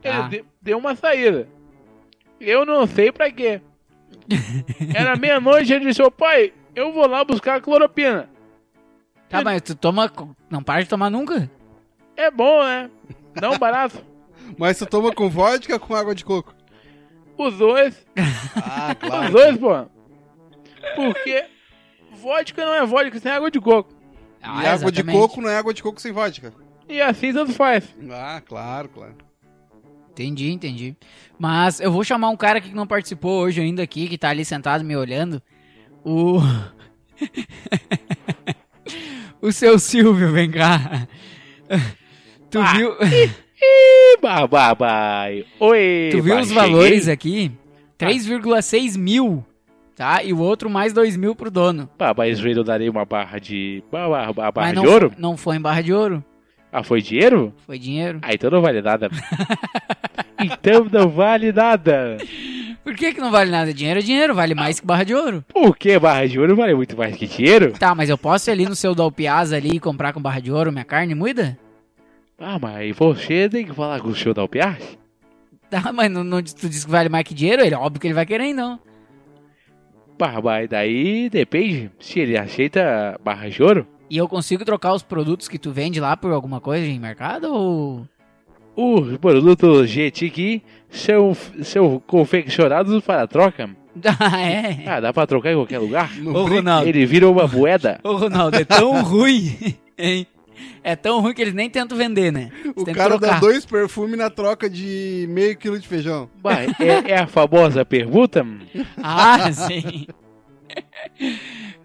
[SPEAKER 2] Ele
[SPEAKER 1] Tá.
[SPEAKER 2] de- deu uma saída. Eu não sei pra quê. Era meia-noite, ele disse, ô pai, eu vou lá buscar a cloropina.
[SPEAKER 1] tá,
[SPEAKER 2] Eu-
[SPEAKER 1] mas tu toma. co- Não para de tomar nunca?
[SPEAKER 2] É bom, né? Não barato.
[SPEAKER 3] Mas você toma com vodka ou com água de coco?
[SPEAKER 2] Os dois,
[SPEAKER 3] Ah,
[SPEAKER 2] os dois, pô. Porque vodka não é vodka sem água de coco.
[SPEAKER 1] Ah,
[SPEAKER 3] e água de
[SPEAKER 1] exatamente.
[SPEAKER 3] coco não é água de coco sem vodka.
[SPEAKER 2] E assim tanto faz.
[SPEAKER 3] Ah, claro, claro.
[SPEAKER 1] Entendi, entendi. Mas eu vou chamar um cara aqui que não participou hoje ainda aqui, que tá ali sentado me olhando. O. o seu Silvio, vem cá. Tu
[SPEAKER 2] Ah,
[SPEAKER 1] viu,
[SPEAKER 2] Ih, Babai. Oi.
[SPEAKER 1] tu viu
[SPEAKER 2] bah,
[SPEAKER 1] os
[SPEAKER 2] cheguei.
[SPEAKER 1] valores aqui?
[SPEAKER 2] Ah.
[SPEAKER 1] 3,6 mil, tá? E o outro mais 2 mil pro dono.
[SPEAKER 2] Babai Joelho, eu darei uma barra de. ba- ba- ba- barra
[SPEAKER 1] Mas não,
[SPEAKER 2] de ouro?
[SPEAKER 1] fo- não foi em barra de ouro,
[SPEAKER 2] Ah, foi dinheiro?
[SPEAKER 1] foi dinheiro.
[SPEAKER 2] Ah, então não vale nada. então não vale nada.
[SPEAKER 1] Por que que não vale nada? Dinheiro é dinheiro, vale mais que barra de ouro.
[SPEAKER 2] Por que barra de ouro vale muito mais que dinheiro?
[SPEAKER 1] Tá, mas eu posso ir ali no seu Dalpiazza ali e comprar com barra de ouro minha carne moída?
[SPEAKER 2] Ah, mas você tem que falar com o senhor da UPA?
[SPEAKER 1] Tá, mas não, não- tu disse que vale mais que dinheiro? Ele, óbvio que ele vai querer, então.
[SPEAKER 2] Babai, daí depende. Se ele aceita barra de ouro,
[SPEAKER 1] E eu consigo trocar os produtos que tu vende lá por alguma coisa em mercado? Ou...
[SPEAKER 2] os produtos GTIC são, são confeccionados para troca.
[SPEAKER 1] Ah, é.
[SPEAKER 2] Ah, dá pra trocar em qualquer lugar?
[SPEAKER 3] No
[SPEAKER 1] Ô,
[SPEAKER 3] brinco.
[SPEAKER 1] Ronaldo,
[SPEAKER 2] Ele vira uma moeda.
[SPEAKER 1] ô, Ronaldo, é tão ruim, hein? É tão ruim que eles nem tentam vender, né? Você
[SPEAKER 3] o
[SPEAKER 1] tem que
[SPEAKER 3] cara dá
[SPEAKER 1] trocar.
[SPEAKER 3] dois perfumes na troca de meio quilo de feijão.
[SPEAKER 2] Bah, é, é a famosa permuta?
[SPEAKER 1] Ah, sim.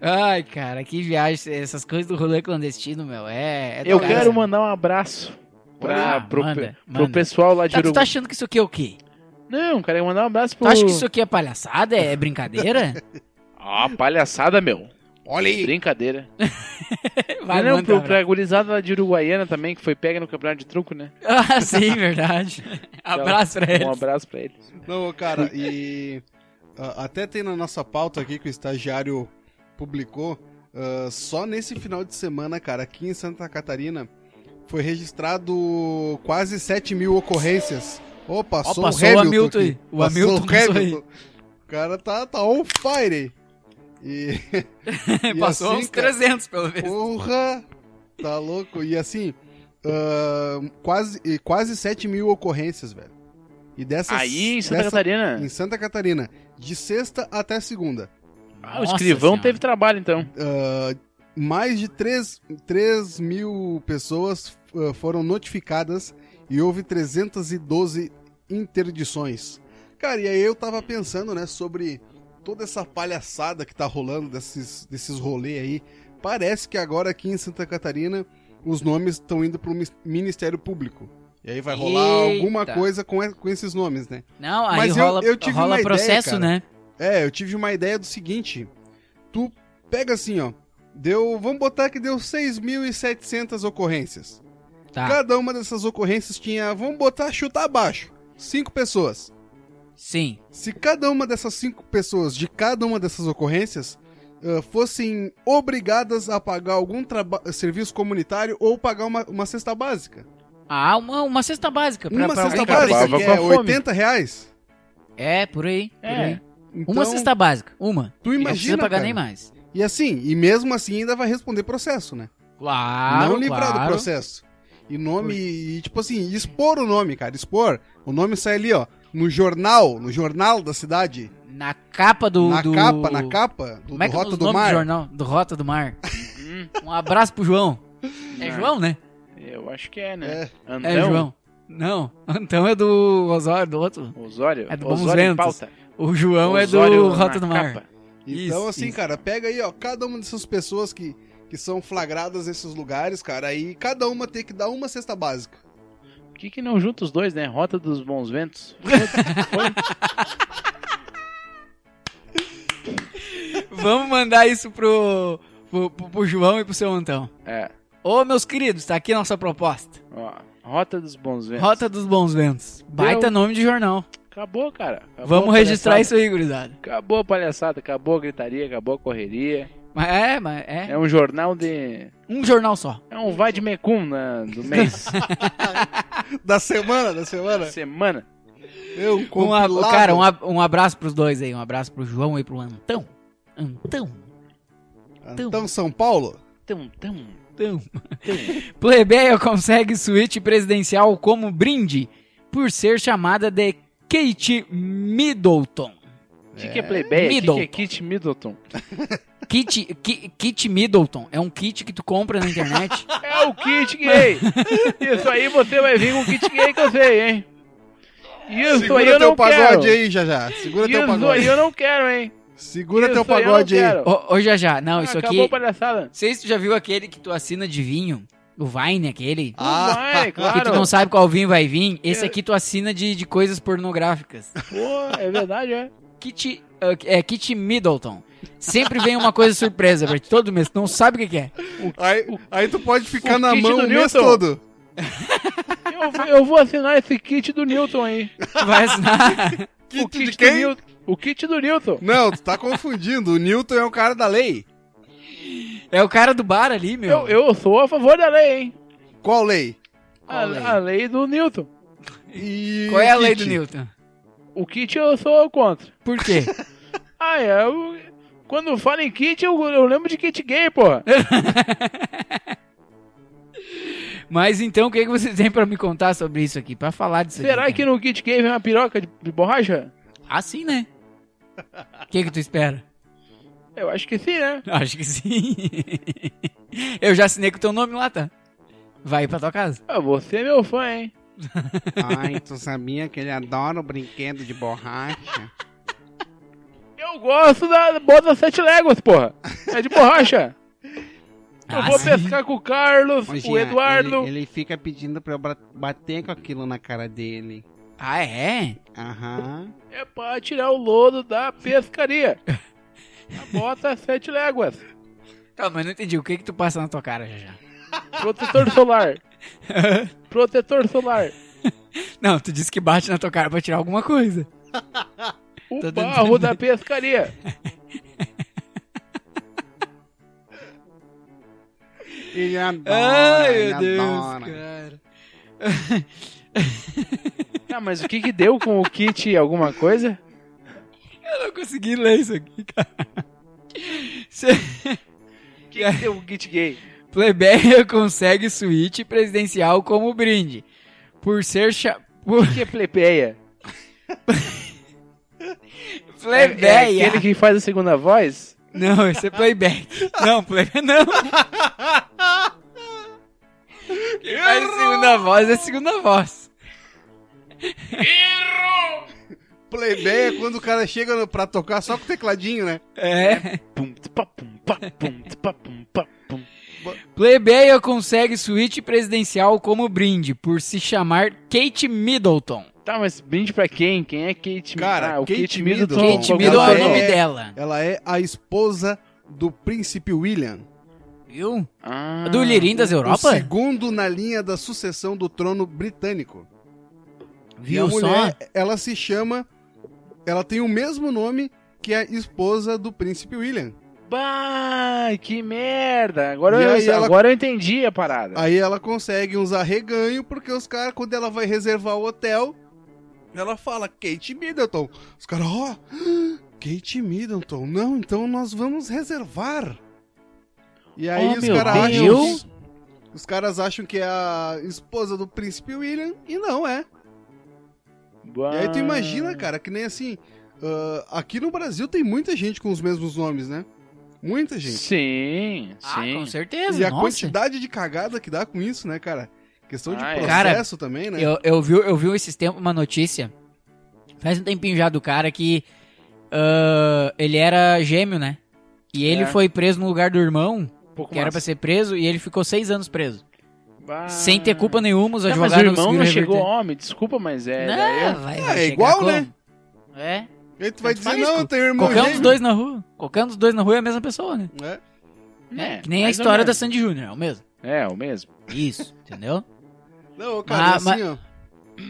[SPEAKER 1] Ai, cara, que viagem. Essas coisas do rolê clandestino, meu. É. é
[SPEAKER 2] Eu
[SPEAKER 1] doido.
[SPEAKER 2] quero mandar um abraço pra,
[SPEAKER 1] Ah,
[SPEAKER 2] pro,
[SPEAKER 1] manda,
[SPEAKER 2] pe- pro
[SPEAKER 1] manda.
[SPEAKER 2] pessoal um- lá de
[SPEAKER 1] Tá, tu tá
[SPEAKER 2] Uruguai.
[SPEAKER 1] achando que isso aqui é o quê?
[SPEAKER 2] Não, cara, eu mandar um abraço
[SPEAKER 1] Tu
[SPEAKER 2] pro.
[SPEAKER 1] acha que isso aqui é palhaçada? É brincadeira?
[SPEAKER 2] Ah, palhaçada, meu.
[SPEAKER 3] Olha aí.
[SPEAKER 2] Brincadeira.
[SPEAKER 1] Vai,
[SPEAKER 2] não,
[SPEAKER 1] manda, um
[SPEAKER 2] pro,
[SPEAKER 1] abraço.
[SPEAKER 2] pra gurizada lá de Uruguaiana também, que foi pega no campeonato de truco, né?
[SPEAKER 1] Ah, sim, verdade. Abraço pra
[SPEAKER 2] Um
[SPEAKER 1] eles.
[SPEAKER 2] abraço pra eles.
[SPEAKER 3] Não, cara, e ah, até tem na nossa pauta aqui que o estagiário publicou, ah, só nesse final de semana, cara, aqui em Santa Catarina, foi registrado quase 7 mil ocorrências. Ô, passou,
[SPEAKER 1] Ó, passou
[SPEAKER 3] o
[SPEAKER 1] o Hamilton
[SPEAKER 3] Hamilton. aqui.
[SPEAKER 1] aí. O
[SPEAKER 3] Passou
[SPEAKER 1] Hamilton passou aí.
[SPEAKER 3] O cara tá, tá on fire. E, e
[SPEAKER 1] Passou
[SPEAKER 3] assim,
[SPEAKER 1] uns
[SPEAKER 3] cara,
[SPEAKER 1] 300, pelo menos.
[SPEAKER 3] Porra! Tá louco? E assim, ahn, quase, e quase 7 mil ocorrências, velho. E dessas.
[SPEAKER 2] Aí, em Santa
[SPEAKER 3] dessa-
[SPEAKER 2] Catarina.
[SPEAKER 3] Em Santa Catarina. De sexta até segunda.
[SPEAKER 2] Ah, o
[SPEAKER 1] Nossa
[SPEAKER 2] escrivão
[SPEAKER 1] Senhora.
[SPEAKER 2] teve trabalho, então.
[SPEAKER 3] Ah, mais de 3, mil pessoas ah, foram notificadas e houve 312 interdições. Cara, e aí eu tava pensando, né, sobre toda essa palhaçada que tá rolando desses, desses rolês aí. Parece que agora aqui em Santa Catarina os nomes estão indo pro mis- Ministério Público. E aí vai rolar
[SPEAKER 1] Eita.
[SPEAKER 3] alguma coisa com, e- com esses nomes, né?
[SPEAKER 1] Não, aí
[SPEAKER 3] Mas eu-
[SPEAKER 1] rola,
[SPEAKER 3] eu tive
[SPEAKER 1] rola
[SPEAKER 3] uma ideia,
[SPEAKER 1] processo,
[SPEAKER 3] cara.
[SPEAKER 1] né?
[SPEAKER 3] É, eu tive uma ideia do seguinte. Tu pega assim, ó. Deu. Vamos botar que deu 6.700 ocorrências.
[SPEAKER 1] Tá.
[SPEAKER 3] Cada uma dessas ocorrências tinha. Vamos botar chutar abaixo. Cinco pessoas.
[SPEAKER 1] Sim.
[SPEAKER 3] Se cada uma dessas cinco pessoas de cada uma dessas ocorrências ah, fossem obrigadas a pagar algum traba- serviço comunitário ou pagar uma, uma cesta básica.
[SPEAKER 1] Ah, uma, uma cesta básica. Pra,
[SPEAKER 3] uma
[SPEAKER 1] pra
[SPEAKER 3] cesta
[SPEAKER 1] alguém que
[SPEAKER 3] básica
[SPEAKER 2] acabava
[SPEAKER 3] que
[SPEAKER 2] com a
[SPEAKER 3] é
[SPEAKER 2] fome.
[SPEAKER 3] 80 reais.
[SPEAKER 1] precisa. É, por aí. por
[SPEAKER 2] É.
[SPEAKER 1] aí.
[SPEAKER 3] Então,
[SPEAKER 1] Uma cesta básica. Uma.
[SPEAKER 3] tu
[SPEAKER 1] não precisa
[SPEAKER 3] imagina,
[SPEAKER 1] pagar
[SPEAKER 3] cara.
[SPEAKER 1] nem mais.
[SPEAKER 3] E assim, e mesmo assim ainda vai responder processo, né?
[SPEAKER 1] Claro,
[SPEAKER 3] não livrar
[SPEAKER 1] claro.
[SPEAKER 3] do processo. E nome, e, tipo assim, expor o nome, cara, expor. O nome sai ali, ó, no jornal, no jornal da cidade,
[SPEAKER 1] Na capa do...
[SPEAKER 3] na
[SPEAKER 1] do-
[SPEAKER 3] capa, na capa do,
[SPEAKER 1] Como é
[SPEAKER 3] do
[SPEAKER 1] que é
[SPEAKER 3] Rota
[SPEAKER 1] o
[SPEAKER 3] do
[SPEAKER 1] nome do
[SPEAKER 3] Mar.
[SPEAKER 1] jornal? Do Rota do Mar.
[SPEAKER 2] Hum,
[SPEAKER 1] Um abraço pro João. É
[SPEAKER 2] Ah,
[SPEAKER 1] João, né?
[SPEAKER 2] Eu acho que é, né?
[SPEAKER 3] É.
[SPEAKER 2] Andão.
[SPEAKER 1] É João. Não, Antão é do Osório, do outro.
[SPEAKER 2] Osório.
[SPEAKER 1] É do Bons
[SPEAKER 2] Osório em
[SPEAKER 1] Ventos.
[SPEAKER 2] pauta.
[SPEAKER 1] O João é
[SPEAKER 2] Osório
[SPEAKER 1] do
[SPEAKER 2] na
[SPEAKER 1] Rota do Mar.
[SPEAKER 2] capa.
[SPEAKER 3] Então,
[SPEAKER 1] Isso,
[SPEAKER 3] assim,
[SPEAKER 1] isso.
[SPEAKER 3] cara, pega aí, ó, cada uma dessas pessoas que, que são flagradas nesses lugares, cara, aí cada uma tem que dar uma cesta básica.
[SPEAKER 2] Por que, que não junta os dois, né? Rota dos Bons Ventos.
[SPEAKER 1] Vamos mandar isso pro, pro, pro- pro João e pro seu Antão.
[SPEAKER 2] É.
[SPEAKER 1] Ô, meus queridos, tá aqui nossa proposta.
[SPEAKER 2] Ó, Rota dos Bons Ventos.
[SPEAKER 1] Rota dos Bons Ventos. Baita nome de jornal.
[SPEAKER 2] Acabou, cara. Acabou
[SPEAKER 1] Vamos
[SPEAKER 2] a
[SPEAKER 1] registrar
[SPEAKER 2] É palhaçada.
[SPEAKER 1] isso aí, gurizada.
[SPEAKER 2] Acabou a palhaçada, acabou a gritaria, acabou a correria.
[SPEAKER 1] Mas é, mas é.
[SPEAKER 2] É um jornal de.
[SPEAKER 1] Um jornal só.
[SPEAKER 2] É um vai de mecum na- do mês,
[SPEAKER 3] Da semana, da
[SPEAKER 2] da
[SPEAKER 3] semana.
[SPEAKER 2] semana.
[SPEAKER 3] Eu
[SPEAKER 1] Um a-
[SPEAKER 3] compilado.
[SPEAKER 1] cara, um, a- um abraço pros dois aí. Um abraço pro João e pro Antão. Antão.
[SPEAKER 3] Então, São Paulo?
[SPEAKER 2] Tum, tum,
[SPEAKER 1] Antão. É.
[SPEAKER 2] tum.
[SPEAKER 1] Plebeia consegue suíte presidencial como brinde por ser chamada de Kate Middleton.
[SPEAKER 2] O que, que é playback? O que, que é
[SPEAKER 1] Middleton.
[SPEAKER 2] Kit Middleton?
[SPEAKER 1] Kit, ki- kit Middleton é um kit que tu compra na internet.
[SPEAKER 2] É o kit gay! Isso aí você vai vir com o kit gay que eu sei, hein? Isso
[SPEAKER 3] Segura
[SPEAKER 2] aí eu
[SPEAKER 3] teu
[SPEAKER 2] não
[SPEAKER 3] pagode
[SPEAKER 2] quero!
[SPEAKER 3] aí, já já. Segura teu
[SPEAKER 2] Isso aí
[SPEAKER 3] pagode.
[SPEAKER 2] eu não quero, hein?
[SPEAKER 3] Segura
[SPEAKER 2] Isso
[SPEAKER 3] teu
[SPEAKER 2] aí eu não
[SPEAKER 3] pagode aí.
[SPEAKER 2] quero.
[SPEAKER 1] Ô, ô Jajá, não, isso
[SPEAKER 2] Ah,
[SPEAKER 1] aqui.
[SPEAKER 2] Acabou a palhaçada.
[SPEAKER 1] Não sei se tu já viu aquele que tu assina de vinho, o Vine, aquele.
[SPEAKER 3] Ah.
[SPEAKER 1] Que
[SPEAKER 2] Vai,
[SPEAKER 1] tu
[SPEAKER 2] claro. É.
[SPEAKER 1] não sabe qual vinho vai vir. Esse
[SPEAKER 2] Eu-
[SPEAKER 1] aqui tu assina de, de coisas pornográficas.
[SPEAKER 2] Pô, é verdade, é.
[SPEAKER 1] Kit, ah, é, Kit Middleton. Sempre vem uma coisa surpresa, Bert. Todo mês. Tu não sabe o que, que é.
[SPEAKER 3] Aí, aí tu pode ficar
[SPEAKER 2] o
[SPEAKER 3] na
[SPEAKER 2] kit
[SPEAKER 3] mão
[SPEAKER 2] do
[SPEAKER 3] o mês
[SPEAKER 2] Newton.
[SPEAKER 3] todo.
[SPEAKER 2] Eu, vou- eu vou assinar esse kit do Newton aí.
[SPEAKER 1] Tu vai assinar.
[SPEAKER 3] Kit
[SPEAKER 2] o kit
[SPEAKER 3] de quem?
[SPEAKER 2] Do Newton. O kit do Newton.
[SPEAKER 3] Não, tu tá confundindo. O Newton é o cara da lei.
[SPEAKER 1] É o cara do bar ali, meu.
[SPEAKER 2] Eu, eu sou a favor da lei, hein?
[SPEAKER 3] Qual lei?
[SPEAKER 2] A,
[SPEAKER 1] Qual lei?
[SPEAKER 2] a lei do Newton.
[SPEAKER 3] E
[SPEAKER 1] Qual é a
[SPEAKER 3] o
[SPEAKER 1] lei
[SPEAKER 3] kit?
[SPEAKER 1] do Newton?
[SPEAKER 2] O kit eu sou contra.
[SPEAKER 1] Por quê?
[SPEAKER 2] Ah, é. eu- quando fala em kit, eu, eu lembro de kit gay, porra.
[SPEAKER 1] Mas então, o que, que você tem pra me contar sobre isso aqui? Pra falar disso aqui,
[SPEAKER 2] Será
[SPEAKER 1] cara?
[SPEAKER 2] que no kit gay vem uma piroca de, de borracha?
[SPEAKER 1] Assim, né? O que, que tu espera?
[SPEAKER 2] Eu acho que sim, né?
[SPEAKER 1] Acho que sim. Eu já assinei com o teu nome lá, tá? Vai pra tua casa.
[SPEAKER 2] Ah, você é meu fã,
[SPEAKER 4] Ai,
[SPEAKER 2] hein?
[SPEAKER 4] tu Ah, então sabia que ele adora o brinquedo de borracha?
[SPEAKER 2] Eu gosto da bota sete léguas, porra. É de borracha. Eu
[SPEAKER 1] Ah,
[SPEAKER 2] vou
[SPEAKER 1] sim.
[SPEAKER 2] pescar com o Carlos,
[SPEAKER 4] Ô,
[SPEAKER 2] o
[SPEAKER 4] Jean, é,
[SPEAKER 2] Eduardo.
[SPEAKER 4] Ele, ele fica pedindo pra eu bra- bater com aquilo na cara dele.
[SPEAKER 1] Ah, é?
[SPEAKER 4] Aham.
[SPEAKER 2] É pra tirar o lodo da pescaria. A bota sete léguas.
[SPEAKER 1] Tá, mas não entendi. O que que tu passa na tua cara, já já?
[SPEAKER 2] Protetor solar. Protetor solar.
[SPEAKER 1] Não, tu disse que bate na tua cara pra tirar alguma coisa.
[SPEAKER 2] O
[SPEAKER 1] Tô tentando-
[SPEAKER 2] barro da pescaria.
[SPEAKER 4] Ele adora,
[SPEAKER 1] Ai,
[SPEAKER 4] ele
[SPEAKER 1] meu Deus,
[SPEAKER 4] adora.
[SPEAKER 1] cara.
[SPEAKER 2] Ah, mas o que que deu com o kit alguma coisa?
[SPEAKER 1] Eu não consegui ler isso aqui, cara.
[SPEAKER 2] O que, que deu com o kit gay?
[SPEAKER 1] Plebeia consegue suíte presidencial como brinde. Por ser cha... por-
[SPEAKER 2] O que é plebeia? É, é
[SPEAKER 1] Plebeia.
[SPEAKER 2] aquele que faz a segunda voz?
[SPEAKER 1] Não, esse é playback. Não, playback não. Quem faz a segunda voz é a segunda voz.
[SPEAKER 3] Playback é quando o cara chega no- pra tocar só com o tecladinho, né?
[SPEAKER 1] É.
[SPEAKER 2] Pum, tpa, pum, pa, pum, tpa, pum, pa, pum.
[SPEAKER 1] Plebeia consegue suíte presidencial como brinde por se chamar Kate Middleton.
[SPEAKER 2] Tá, mas brinde pra quem? Quem é Kate Mi-
[SPEAKER 3] Cara,
[SPEAKER 2] ah, o
[SPEAKER 3] Kate
[SPEAKER 2] Kate Middleton.
[SPEAKER 3] Bom,
[SPEAKER 1] Kate
[SPEAKER 2] qualquer
[SPEAKER 1] Middleton é o
[SPEAKER 2] coisa.
[SPEAKER 1] nome
[SPEAKER 3] é-
[SPEAKER 1] dela.
[SPEAKER 3] Ela é a esposa do príncipe William.
[SPEAKER 1] Viu?
[SPEAKER 2] Ah,
[SPEAKER 1] Do Lirim das
[SPEAKER 3] O
[SPEAKER 1] Europa?
[SPEAKER 3] segundo na linha da sucessão do trono britânico. e a
[SPEAKER 1] Viu só?
[SPEAKER 3] mulher, ela se chama. Ela tem o mesmo nome que a esposa do príncipe William.
[SPEAKER 2] Bah, que merda. Agora,
[SPEAKER 3] E aí
[SPEAKER 2] eu,
[SPEAKER 3] ela-
[SPEAKER 2] agora eu entendi a parada.
[SPEAKER 3] Aí ela consegue uns arreganho, porque os caras, quando ela vai reservar o hotel, ela fala Kate Middleton. Os caras, ó, Kate Middleton. Não, então nós vamos reservar. E aí
[SPEAKER 2] Oh,
[SPEAKER 3] os
[SPEAKER 2] meu
[SPEAKER 3] caras
[SPEAKER 2] Deus.
[SPEAKER 3] acham. Os caras acham que é a esposa do príncipe William e não é.
[SPEAKER 2] Bah.
[SPEAKER 3] E aí tu imagina, cara, que nem assim. ah, aqui no Brasil tem muita gente com os mesmos nomes, né? Muita gente.
[SPEAKER 2] Sim,
[SPEAKER 1] Ah,
[SPEAKER 2] sim.
[SPEAKER 1] com certeza.
[SPEAKER 3] E a
[SPEAKER 1] nossa.
[SPEAKER 3] quantidade de cagada que dá com isso, né, cara? Questão de
[SPEAKER 2] Ah, é.
[SPEAKER 3] processo também, né?
[SPEAKER 1] Eu, eu, vi, eu vi esses tempos uma notícia, faz um tempinho já, do cara que ah, ele era gêmeo, né? E ele
[SPEAKER 2] É.
[SPEAKER 1] foi preso no lugar do irmão,
[SPEAKER 2] Um pouco
[SPEAKER 1] que era pra
[SPEAKER 2] massa.
[SPEAKER 1] ser preso, e ele ficou seis anos preso.
[SPEAKER 2] Bah.
[SPEAKER 1] Sem ter culpa nenhuma, os
[SPEAKER 2] Ah. Não, mas
[SPEAKER 1] advogados
[SPEAKER 2] o irmão
[SPEAKER 1] conseguiram
[SPEAKER 2] não chegou
[SPEAKER 1] reverter.
[SPEAKER 2] homem, desculpa, mas é. daí eu-
[SPEAKER 1] Não, vai, vai
[SPEAKER 3] É,
[SPEAKER 1] chegar
[SPEAKER 3] igual,
[SPEAKER 1] como?
[SPEAKER 3] né?
[SPEAKER 1] É.
[SPEAKER 3] Aí tu vai
[SPEAKER 1] Tanto
[SPEAKER 3] dizer,
[SPEAKER 1] faz,
[SPEAKER 3] não,
[SPEAKER 1] co-
[SPEAKER 3] eu tenho irmão
[SPEAKER 1] Qualquer um dos
[SPEAKER 3] gêmeo.
[SPEAKER 1] dois na rua. Qualquer um dos dois na rua é a mesma pessoa, né?
[SPEAKER 3] É.
[SPEAKER 2] É,
[SPEAKER 1] que nem a
[SPEAKER 2] mais ou
[SPEAKER 1] história da
[SPEAKER 2] menos.
[SPEAKER 1] Sandy Júnior, é o mesmo.
[SPEAKER 2] É, o mesmo.
[SPEAKER 1] Isso, entendeu?
[SPEAKER 3] Não, cara,
[SPEAKER 1] Ah,
[SPEAKER 3] e assim, ó.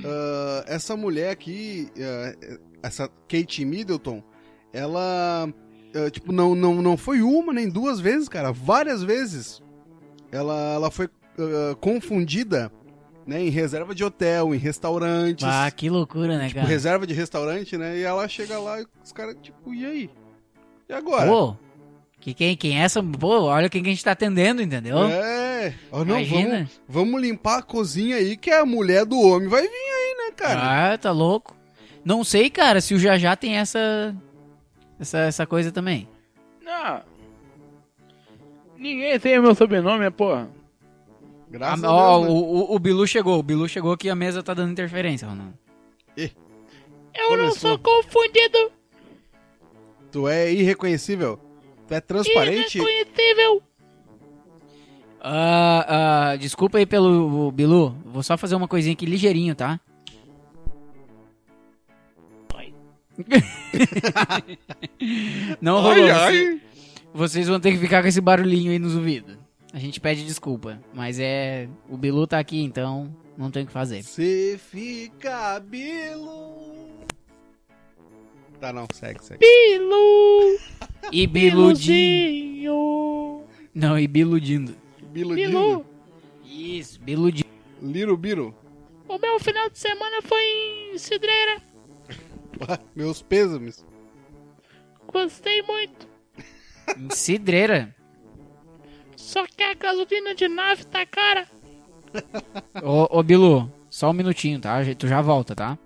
[SPEAKER 3] ah, essa mulher aqui, ah, essa Kate Middleton, ela, ah, tipo, não, não, não foi uma nem duas vezes, cara, várias vezes. Ela, ela foi ah, confundida, né, em reserva de hotel, em restaurantes,
[SPEAKER 1] Ah, que loucura, né,
[SPEAKER 3] tipo,
[SPEAKER 1] cara?
[SPEAKER 3] reserva de restaurante, né, e ela chega lá e os caras, tipo, e aí? E agora?
[SPEAKER 1] Pô, que, quem, quem é essa? Pô, olha quem que a gente tá atendendo, entendeu?
[SPEAKER 3] É, ó, não,
[SPEAKER 1] Imagina.
[SPEAKER 3] vamos, vamos limpar a cozinha aí que a mulher do homem vai vir aí, né, cara?
[SPEAKER 1] Ah, tá louco. Não sei, cara, se o Jajá tem essa. Essa, essa coisa também.
[SPEAKER 2] Não. Ninguém tem o meu sobrenome, é porra.
[SPEAKER 3] Graças
[SPEAKER 1] Ah, ó,
[SPEAKER 3] a Deus. né?
[SPEAKER 1] o, o, o Bilu chegou, o Bilu chegou que a mesa tá dando interferência, Ronaldo.
[SPEAKER 2] Eu não
[SPEAKER 3] Começou.
[SPEAKER 2] sou confundido,
[SPEAKER 3] Tu é irreconhecível. Tu é transparente.
[SPEAKER 2] irreconhecível.
[SPEAKER 1] Ah, ah, desculpa aí pelo o Bilu, vou só fazer uma coisinha aqui ligeirinho, tá? Não rolou.
[SPEAKER 3] Ai,
[SPEAKER 1] vocês-
[SPEAKER 3] ai.
[SPEAKER 1] Vocês vão ter que ficar com esse barulhinho aí nos ouvidos. A gente pede desculpa, mas é. O Bilu tá aqui, então não tem o que fazer.
[SPEAKER 3] Você fica bilo. Tá, não. Segue, segue.
[SPEAKER 2] Bilu,
[SPEAKER 1] E biludindo.
[SPEAKER 2] biluzinho.
[SPEAKER 1] Não, e biludindo.
[SPEAKER 3] Bilo,
[SPEAKER 2] Bilu,
[SPEAKER 3] Dilo.
[SPEAKER 1] Isso, biludindo.
[SPEAKER 3] Liro Biro.
[SPEAKER 2] o meu final de semana foi em Cidreira.
[SPEAKER 3] Pá, Meus pêsames.
[SPEAKER 2] Gostei muito.
[SPEAKER 1] Em Cidreira.
[SPEAKER 2] Só que a gasolina de nave tá cara.
[SPEAKER 1] ô, ô, Bilu, só um minutinho, tá? Já- Tu já volta, tá?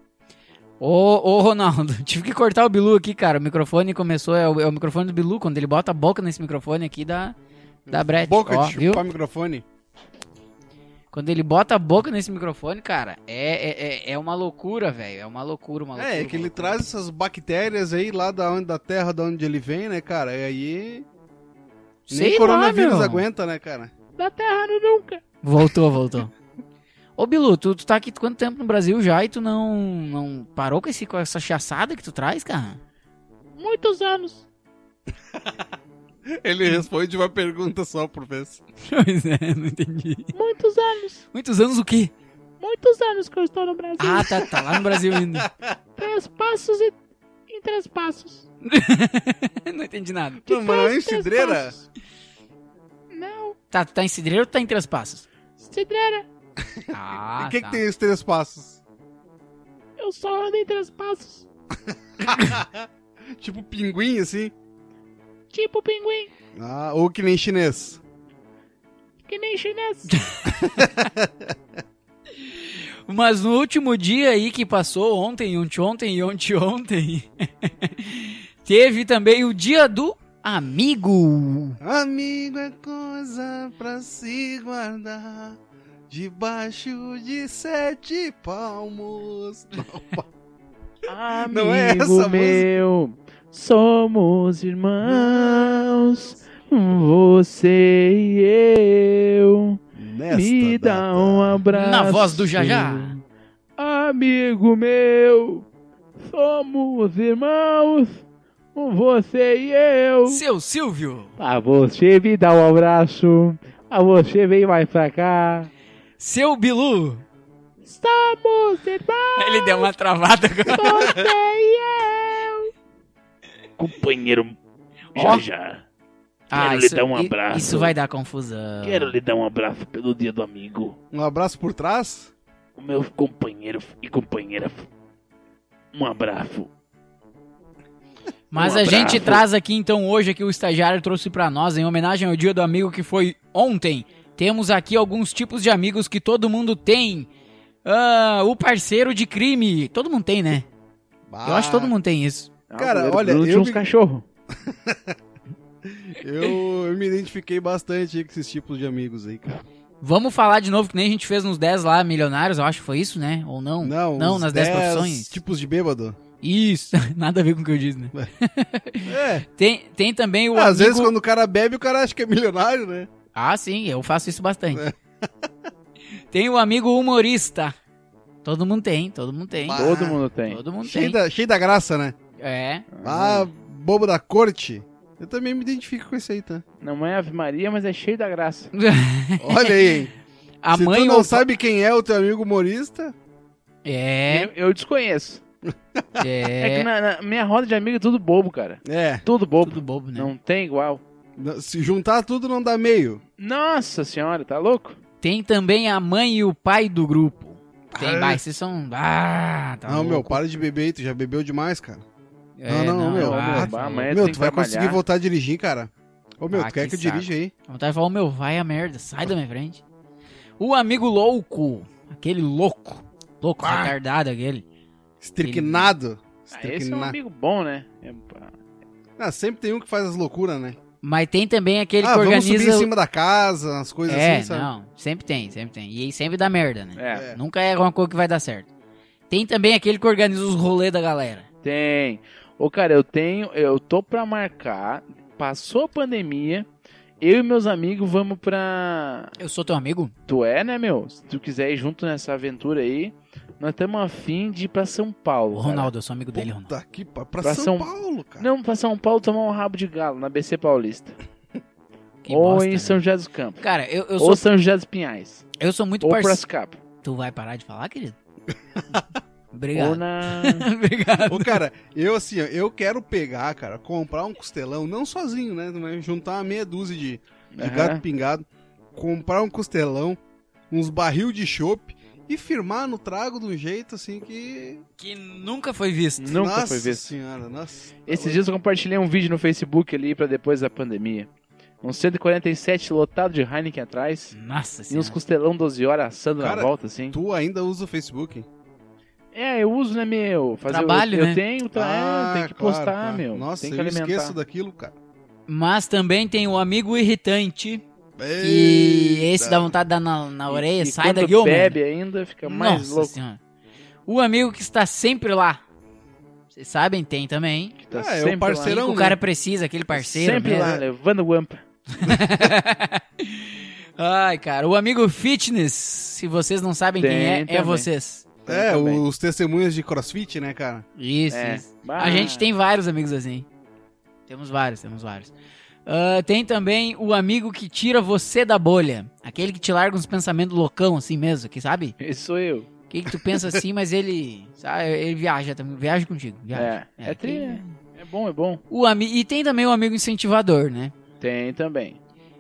[SPEAKER 1] Ô, ô, Ronaldo, tive que cortar o Bilu aqui, cara. O microfone começou, é o, é o microfone do Bilu. Quando ele bota a boca nesse microfone aqui, dá, dá brete.
[SPEAKER 3] Boca
[SPEAKER 1] Ó,
[SPEAKER 3] de
[SPEAKER 1] viu?
[SPEAKER 3] chupar microfone.
[SPEAKER 1] Quando ele bota a boca nesse microfone, cara, é, é, é, é uma loucura, velho. É uma loucura, uma loucura.
[SPEAKER 3] É, é
[SPEAKER 1] uma
[SPEAKER 3] que ele
[SPEAKER 1] loucura.
[SPEAKER 3] traz essas bactérias aí lá da, onde, da terra da onde ele vem, né, cara? E aí.
[SPEAKER 1] Sei
[SPEAKER 3] nem coronavírus
[SPEAKER 1] lá, meu.
[SPEAKER 3] aguenta, né, cara?
[SPEAKER 2] Da terra no nunca.
[SPEAKER 1] Voltou, voltou. Ô, Bilu, tu, tu tá aqui quanto tempo no Brasil já e tu não, não parou com, esse, com essa chassada que tu traz, cara?
[SPEAKER 2] Muitos anos.
[SPEAKER 3] Ele responde uma pergunta só por vez.
[SPEAKER 1] Pois é, não entendi.
[SPEAKER 2] Muitos anos.
[SPEAKER 1] Muitos anos o quê?
[SPEAKER 2] Muitos anos que eu estou no Brasil.
[SPEAKER 1] Ah, tá, tá lá no Brasil ainda.
[SPEAKER 2] Três passos e... Em três passos.
[SPEAKER 1] não entendi nada.
[SPEAKER 3] Não, mas não é em cidreira?
[SPEAKER 2] Não.
[SPEAKER 1] Tá, tu tá em Cidreira ou tu tá em Três Passos?
[SPEAKER 2] Cidreira.
[SPEAKER 1] Ah,
[SPEAKER 3] o que,
[SPEAKER 1] tá.
[SPEAKER 3] que tem esses três passos?
[SPEAKER 2] Eu só ando em três passos.
[SPEAKER 3] Tipo pinguim, assim?
[SPEAKER 2] Tipo pinguim.
[SPEAKER 3] Ah, ou que nem chinês.
[SPEAKER 2] Que nem chinês.
[SPEAKER 1] Mas no último dia aí que passou, ontem, ontem e ontem, ontem, teve também o dia do amigo.
[SPEAKER 3] Amigo é coisa pra se guardar debaixo de sete palmos.
[SPEAKER 2] Amigo
[SPEAKER 3] Não é essa música.
[SPEAKER 2] meu, somos irmãos, você e eu.
[SPEAKER 3] Nesta
[SPEAKER 2] Me dá
[SPEAKER 3] data.
[SPEAKER 2] um abraço.
[SPEAKER 1] Na voz do Jajá.
[SPEAKER 2] Amigo meu, somos irmãos, você e eu.
[SPEAKER 1] Seu Silvio.
[SPEAKER 2] A você me dá um abraço, a você vem mais pra cá.
[SPEAKER 1] Seu Bilu.
[SPEAKER 2] Somos irmãos,
[SPEAKER 1] Ele deu uma travada agora.
[SPEAKER 2] você e eu.
[SPEAKER 5] companheiro
[SPEAKER 1] Ó.
[SPEAKER 5] Jajá. Quero lhe dar um
[SPEAKER 1] i-
[SPEAKER 5] abraço.
[SPEAKER 1] Ah, Isso vai dar confusão.
[SPEAKER 5] Quero lhe dar um abraço pelo dia do amigo.
[SPEAKER 3] Um abraço por trás?
[SPEAKER 5] O meu companheiro e companheira. Um abraço.
[SPEAKER 1] Mas
[SPEAKER 5] um
[SPEAKER 1] a gente
[SPEAKER 5] abraço.
[SPEAKER 1] traz aqui então hoje que o estagiário trouxe pra nós em homenagem ao Dia do Amigo que foi ontem. Temos aqui alguns tipos de amigos que todo mundo tem. Ah, o parceiro de crime. Todo mundo tem, né? Eu acho que
[SPEAKER 3] Ah.
[SPEAKER 1] todo mundo tem isso.
[SPEAKER 3] Cara, olha,
[SPEAKER 2] eu
[SPEAKER 3] eu
[SPEAKER 2] tinha uns
[SPEAKER 3] me-
[SPEAKER 2] cachorros.
[SPEAKER 3] Eu, eu me identifiquei bastante aí com esses tipos de amigos aí, cara.
[SPEAKER 1] Vamos falar de novo, que nem a gente fez nos 10 lá, milionários, eu acho que foi isso, né? Ou não?
[SPEAKER 3] Não,
[SPEAKER 1] não
[SPEAKER 3] uns
[SPEAKER 1] nas 10
[SPEAKER 3] dez tipo-
[SPEAKER 1] profissões.
[SPEAKER 3] tipos de bêbado.
[SPEAKER 1] Isso, nada a ver com o que eu disse, né?
[SPEAKER 3] É.
[SPEAKER 1] Tem, tem também o
[SPEAKER 3] Às
[SPEAKER 1] amigo...
[SPEAKER 3] vezes quando o cara bebe, o cara acha que é milionário, né?
[SPEAKER 1] Ah, sim, eu faço isso bastante.
[SPEAKER 3] É.
[SPEAKER 1] tem o amigo humorista. Todo mundo tem, todo mundo tem.
[SPEAKER 3] Bah,
[SPEAKER 2] Todo mundo tem.
[SPEAKER 1] Todo mundo
[SPEAKER 3] Cheio
[SPEAKER 1] tem.
[SPEAKER 3] da, cheio da graça, né?
[SPEAKER 1] É.
[SPEAKER 3] Ah, bobo da corte. Eu também me identifico com isso aí, tá?
[SPEAKER 2] Não é Ave Maria, mas é cheio da graça.
[SPEAKER 3] Olha aí, hein?
[SPEAKER 1] A
[SPEAKER 3] Se
[SPEAKER 1] mãe
[SPEAKER 3] tu não
[SPEAKER 1] ou...
[SPEAKER 3] sabe quem é o teu amigo humorista,
[SPEAKER 1] É,
[SPEAKER 2] Eu, eu desconheço. É, que
[SPEAKER 1] é.
[SPEAKER 2] na, na minha roda de amigo é tudo bobo, cara.
[SPEAKER 3] é.
[SPEAKER 2] Tudo bobo.
[SPEAKER 1] Tudo bobo, né?
[SPEAKER 2] Não tem igual.
[SPEAKER 3] Se juntar tudo não dá meio.
[SPEAKER 2] Nossa senhora, tá louco?
[SPEAKER 1] Tem também a mãe e o pai do grupo. Tem,
[SPEAKER 3] Ah.
[SPEAKER 1] vai, vocês são. Ah, tá
[SPEAKER 3] não, meu,
[SPEAKER 1] louco.
[SPEAKER 3] para de beber aí, tu já bebeu demais, cara.
[SPEAKER 1] É,
[SPEAKER 3] não, não, meu,
[SPEAKER 1] ah,
[SPEAKER 3] meu,
[SPEAKER 1] tá
[SPEAKER 2] bah,
[SPEAKER 1] louco.
[SPEAKER 2] mas- É,
[SPEAKER 3] meu,
[SPEAKER 2] tem
[SPEAKER 3] tu
[SPEAKER 2] que
[SPEAKER 3] vai
[SPEAKER 2] trabalhar.
[SPEAKER 3] conseguir voltar a dirigir, cara. Ô, meu,
[SPEAKER 1] Ah,
[SPEAKER 3] tu quer
[SPEAKER 1] que
[SPEAKER 3] que eu
[SPEAKER 1] saco.
[SPEAKER 3] dirija aí?
[SPEAKER 1] Dá vontade de falar, ô, meu, vai a merda, sai da minha frente. O amigo louco, aquele louco, louco,
[SPEAKER 3] Ah.
[SPEAKER 1] retardado aquele.
[SPEAKER 3] Estriquinado.
[SPEAKER 2] Ah, esse é um
[SPEAKER 3] Estriquinado.
[SPEAKER 2] amigo bom, né? É-
[SPEAKER 3] Ah, sempre tem um que faz as loucuras, né?
[SPEAKER 1] Mas tem também aquele
[SPEAKER 3] ah,
[SPEAKER 1] que
[SPEAKER 3] vamos subir
[SPEAKER 1] organiza.
[SPEAKER 3] em cima da casa, as coisas
[SPEAKER 1] é,
[SPEAKER 3] assim, sabe?
[SPEAKER 1] não, sempre tem, sempre tem. E aí sempre dá merda, né?
[SPEAKER 2] É,
[SPEAKER 3] É.
[SPEAKER 1] Nunca é uma coisa que vai dar certo. Tem também aquele que organiza os rolês da galera.
[SPEAKER 2] tem. Ô, cara, eu tenho. Eu tô pra marcar. Passou a pandemia. Eu e meus amigos vamos pra.
[SPEAKER 1] Eu sou teu amigo?
[SPEAKER 2] Tu é, né, meu? Se tu quiser ir junto nessa aventura aí, nós estamos afim de ir pra São Paulo.
[SPEAKER 1] Ô,
[SPEAKER 2] cara.
[SPEAKER 1] Ronaldo, eu sou amigo dele, Ronaldo.
[SPEAKER 3] Puta que pa... pra,
[SPEAKER 2] Pra
[SPEAKER 3] São,
[SPEAKER 2] São-
[SPEAKER 3] Paulo, cara.
[SPEAKER 2] Não, pra São Paulo tomar um rabo de galo na BC Paulista.
[SPEAKER 1] Que
[SPEAKER 2] Ou
[SPEAKER 1] bosta,
[SPEAKER 2] em
[SPEAKER 1] né?
[SPEAKER 2] São José dos Campos.
[SPEAKER 1] Cara, eu, eu,
[SPEAKER 2] Ou
[SPEAKER 1] sou,
[SPEAKER 2] São José dos Pinhais.
[SPEAKER 1] eu sou muito
[SPEAKER 2] Ou
[SPEAKER 1] parceiro.
[SPEAKER 2] Piracicaba.
[SPEAKER 1] Tu vai parar de falar, querido?
[SPEAKER 2] Ou
[SPEAKER 1] Obrigado.
[SPEAKER 2] na.
[SPEAKER 1] Obrigado.
[SPEAKER 3] Ô, cara, eu assim, ó, eu quero pegar, cara, comprar um costelão, não sozinho, né? Mas juntar uma meia dúzia de, de
[SPEAKER 2] Aham.
[SPEAKER 3] gato pingado, comprar um costelão, uns barril de chopp e firmar no trago de um jeito assim que.
[SPEAKER 1] Que nunca foi visto.
[SPEAKER 2] Nunca
[SPEAKER 3] nossa
[SPEAKER 2] foi visto.
[SPEAKER 3] senhora, nossa.
[SPEAKER 2] Esses dias eu compartilhei um vídeo no Facebook ali pra depois da pandemia. Um 147 lotado de Heineken atrás.
[SPEAKER 1] Nossa
[SPEAKER 2] E uns
[SPEAKER 1] senhora.
[SPEAKER 2] costelão 12 horas assando
[SPEAKER 3] Cara,
[SPEAKER 2] na volta, assim.
[SPEAKER 3] Tu ainda usa o Facebook?
[SPEAKER 2] É, eu uso, né, meu? Fazer
[SPEAKER 1] Trabalho,
[SPEAKER 2] eu,
[SPEAKER 1] né?
[SPEAKER 2] Eu tenho, tá, é, tem que
[SPEAKER 3] Ah, claro,
[SPEAKER 2] postar,
[SPEAKER 3] claro.
[SPEAKER 2] meu.
[SPEAKER 3] Nossa,
[SPEAKER 2] tem que
[SPEAKER 3] eu
[SPEAKER 2] alimentar.
[SPEAKER 3] esqueço daquilo, cara.
[SPEAKER 1] Mas também tem o amigo irritante. E esse dá vontade de dar na, na
[SPEAKER 2] E-
[SPEAKER 1] orelha.
[SPEAKER 2] e
[SPEAKER 1] sai
[SPEAKER 2] quando
[SPEAKER 1] daqui, ô
[SPEAKER 2] bebe
[SPEAKER 1] merda.
[SPEAKER 2] ainda, fica É mais
[SPEAKER 1] Nossa
[SPEAKER 2] louco.
[SPEAKER 1] senhora. O amigo que está sempre lá. Vocês sabem, tem também.
[SPEAKER 2] que tá
[SPEAKER 3] Ah, é o
[SPEAKER 2] sempre
[SPEAKER 3] parceirão,
[SPEAKER 2] lá.
[SPEAKER 1] o
[SPEAKER 3] né?
[SPEAKER 1] cara precisa, aquele parceiro.
[SPEAKER 2] Sempre
[SPEAKER 1] mesmo.
[SPEAKER 2] lá, levando guampa.
[SPEAKER 1] Ai, cara. O amigo fitness. Se vocês não sabem quem
[SPEAKER 2] Tem
[SPEAKER 1] é, é
[SPEAKER 2] também.
[SPEAKER 1] vocês.
[SPEAKER 3] É,
[SPEAKER 2] Também.
[SPEAKER 3] os testemunhas de crossfit, né, cara?
[SPEAKER 1] Isso,
[SPEAKER 2] É.
[SPEAKER 1] isso.
[SPEAKER 2] Bah.
[SPEAKER 1] A gente tem vários amigos assim. Temos vários, temos vários. Ah, tem também o amigo que tira você da bolha. Aquele que te larga uns pensamentos loucão, assim mesmo, que sabe?
[SPEAKER 2] Esse sou eu.
[SPEAKER 1] O que, que tu pensa assim, mas ele. Sabe, ele viaja também. Viaja contigo. Viaja.
[SPEAKER 2] É, é tri, né? É bom, é bom.
[SPEAKER 1] O ami... E tem também o amigo incentivador, né?
[SPEAKER 2] Tem também.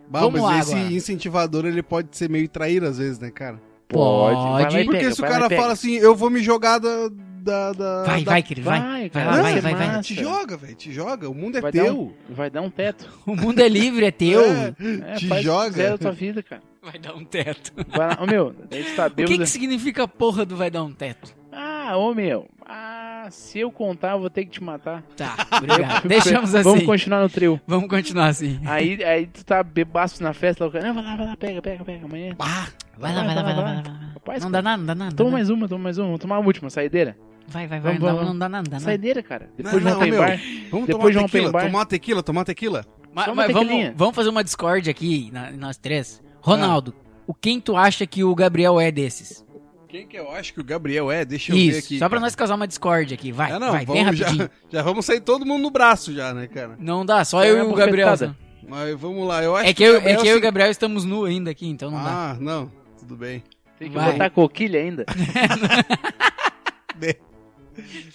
[SPEAKER 3] Bah,
[SPEAKER 1] Vamos
[SPEAKER 3] mas
[SPEAKER 1] lá
[SPEAKER 3] esse
[SPEAKER 1] agora.
[SPEAKER 3] incentivador ele pode ser meio traíra às vezes, né, cara?
[SPEAKER 1] Pode.
[SPEAKER 2] Vai lá e
[SPEAKER 3] Porque
[SPEAKER 2] pega,
[SPEAKER 3] se o
[SPEAKER 2] vai lá e
[SPEAKER 3] cara
[SPEAKER 2] pega.
[SPEAKER 3] fala assim, eu vou me jogar da. da, da
[SPEAKER 1] Vai,
[SPEAKER 3] da- Ah,
[SPEAKER 1] vai, querido, vai.
[SPEAKER 2] Vai,
[SPEAKER 1] Vai
[SPEAKER 2] cara,
[SPEAKER 1] lá, vai,
[SPEAKER 2] vai,
[SPEAKER 1] vai, vai.
[SPEAKER 2] massa.
[SPEAKER 3] Te joga, velho, te joga. O mundo é
[SPEAKER 2] Vai dar
[SPEAKER 3] teu.
[SPEAKER 2] um- Vai dar um teto.
[SPEAKER 1] O mundo é livre, é teu.
[SPEAKER 3] É,
[SPEAKER 2] É,
[SPEAKER 3] te
[SPEAKER 2] faz o que
[SPEAKER 3] joga.
[SPEAKER 2] quiser da tua vida, cara.
[SPEAKER 1] Vai dar um teto.
[SPEAKER 2] Vai lá, ô meu, daí tu tá
[SPEAKER 1] O que,
[SPEAKER 2] bêbado.
[SPEAKER 1] que significa a porra do vai dar um teto?
[SPEAKER 2] Ah, ô meu. Ah, se eu contar, eu vou ter que te matar.
[SPEAKER 1] Tá, obrigado. Deixamos assim.
[SPEAKER 2] Vamos continuar no trio.
[SPEAKER 1] Vamos continuar assim.
[SPEAKER 2] Aí, aí tu tá bebaço na festa, lá o cara, não, vai lá, vai lá, pega, pega, pega, amanhã.
[SPEAKER 1] Vai lá, vai lá, vai lá, vai lá. Vai lá.
[SPEAKER 2] Rapaz,
[SPEAKER 1] Não dá nada,
[SPEAKER 2] cara,
[SPEAKER 1] não dá nada. não
[SPEAKER 2] Toma
[SPEAKER 1] dá
[SPEAKER 2] mais uma, toma mais uma, vamos tomar a última, saideira.
[SPEAKER 1] nada. Vai, vai, vai.
[SPEAKER 2] Vamos,
[SPEAKER 1] não,
[SPEAKER 2] vamos.
[SPEAKER 1] não dá nada, não dá nada.
[SPEAKER 2] Saideira, cara. Depois
[SPEAKER 3] Não,
[SPEAKER 2] de um open
[SPEAKER 3] não, meu.
[SPEAKER 2] bar.
[SPEAKER 3] Vamos
[SPEAKER 2] Depois de
[SPEAKER 3] tomar
[SPEAKER 2] um
[SPEAKER 3] uma tequila,
[SPEAKER 2] open bar.
[SPEAKER 3] tomar uma tequila, tomar uma tequila.
[SPEAKER 1] Mas,
[SPEAKER 2] Só uma
[SPEAKER 1] mas vamos,
[SPEAKER 2] tequilinha.
[SPEAKER 1] vamos fazer uma discórdia aqui, na- nós três. Ronaldo, o quem tu acha que o Gabriel é desses?
[SPEAKER 3] Quem que eu acho que o Gabriel é? Deixa eu ver
[SPEAKER 1] Isso,
[SPEAKER 3] aqui.
[SPEAKER 1] só pra
[SPEAKER 3] cara.
[SPEAKER 1] nós causar uma discórdia aqui. Vai,
[SPEAKER 3] Ah, não,
[SPEAKER 1] vai, bem
[SPEAKER 3] vamos, já,
[SPEAKER 1] rapidinho.
[SPEAKER 3] já vamos sair todo mundo no braço já, né, cara?
[SPEAKER 1] Não dá, só
[SPEAKER 2] Dá
[SPEAKER 1] eu
[SPEAKER 3] é
[SPEAKER 2] uma
[SPEAKER 1] e o Gabriel.
[SPEAKER 2] bofetada.
[SPEAKER 1] só.
[SPEAKER 3] Mas vamos lá, eu acho
[SPEAKER 1] É que eu,
[SPEAKER 3] o Gabriel
[SPEAKER 1] é que eu e o
[SPEAKER 3] se-
[SPEAKER 1] Gabriel estamos nu ainda aqui, então não dá.
[SPEAKER 3] Ah, não, tudo bem.
[SPEAKER 2] Tem que
[SPEAKER 1] Vai.
[SPEAKER 2] botar coquilha ainda.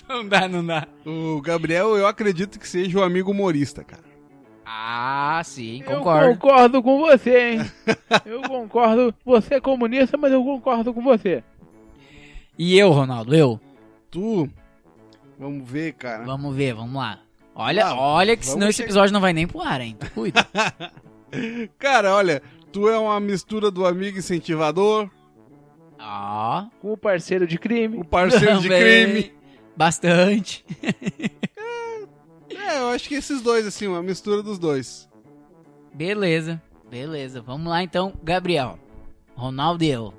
[SPEAKER 1] Não dá, não dá.
[SPEAKER 3] O Gabriel, eu acredito que seja o amigo humorista, cara.
[SPEAKER 1] Ah, sim,
[SPEAKER 2] Eu
[SPEAKER 1] concordo.
[SPEAKER 2] concordo com você, hein? Eu concordo. Você é comunista, mas eu concordo com você.
[SPEAKER 1] E eu, Ronaldo, eu?
[SPEAKER 3] Tu. Vamos ver, cara.
[SPEAKER 1] Vamos ver, vamos lá. Olha,
[SPEAKER 3] Não,
[SPEAKER 1] olha que senão
[SPEAKER 3] vamos
[SPEAKER 1] esse
[SPEAKER 3] chegar-
[SPEAKER 1] episódio não vai nem pro ar, hein? Cuida.
[SPEAKER 3] Cara, olha, tu é uma mistura do amigo incentivador,
[SPEAKER 1] Ó.
[SPEAKER 2] Com o parceiro de crime.
[SPEAKER 3] o parceiro de crime.
[SPEAKER 1] Também. Bastante.
[SPEAKER 3] É, eu acho que esses dois, assim, uma mistura dos dois.
[SPEAKER 1] Beleza, beleza. Vamos lá então, Gabriel. Ronaldo e eu.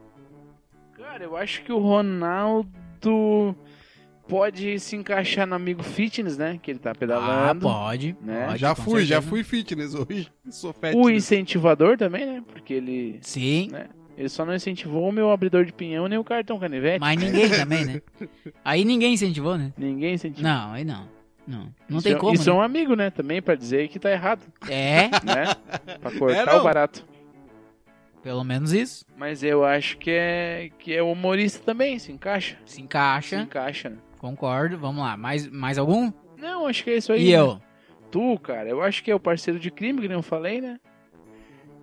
[SPEAKER 2] Cara, eu acho que o Ronaldo pode se encaixar no amigo fitness, né? Que ele tá
[SPEAKER 1] Ah,
[SPEAKER 2] pedalando.
[SPEAKER 1] pode.
[SPEAKER 2] né?
[SPEAKER 1] pode,
[SPEAKER 3] já
[SPEAKER 1] com
[SPEAKER 3] fui, já
[SPEAKER 1] certeza.
[SPEAKER 3] fui fitness hoje. Sou fat.
[SPEAKER 2] o incentivador também, né? Porque ele,
[SPEAKER 1] Sim,
[SPEAKER 2] ele só não incentivou o meu abridor de pinhão nem o cartão canivete.
[SPEAKER 1] mas ninguém também, né? Aí ninguém incentivou, né?
[SPEAKER 2] Ninguém incentivou.
[SPEAKER 1] Não, aí não. Não, não
[SPEAKER 2] Isso
[SPEAKER 1] tem
[SPEAKER 2] é-
[SPEAKER 1] como.
[SPEAKER 2] Isso é
[SPEAKER 1] né?
[SPEAKER 2] um amigo, né? Também pra dizer que tá errado,
[SPEAKER 1] É,
[SPEAKER 2] né? pra cortar
[SPEAKER 3] É, não.
[SPEAKER 2] o barato.
[SPEAKER 1] pelo menos isso.
[SPEAKER 2] Mas eu acho que é que é humorista também, se encaixa.
[SPEAKER 1] Se
[SPEAKER 2] Se
[SPEAKER 1] encaixa,
[SPEAKER 2] encaixa, né?
[SPEAKER 1] concordo. Vamos lá, mais, mais algum?
[SPEAKER 2] Não, acho que é isso aí.
[SPEAKER 1] e eu?
[SPEAKER 2] né? Tu, cara, eu acho que é o parceiro de crime, que nem eu falei, né?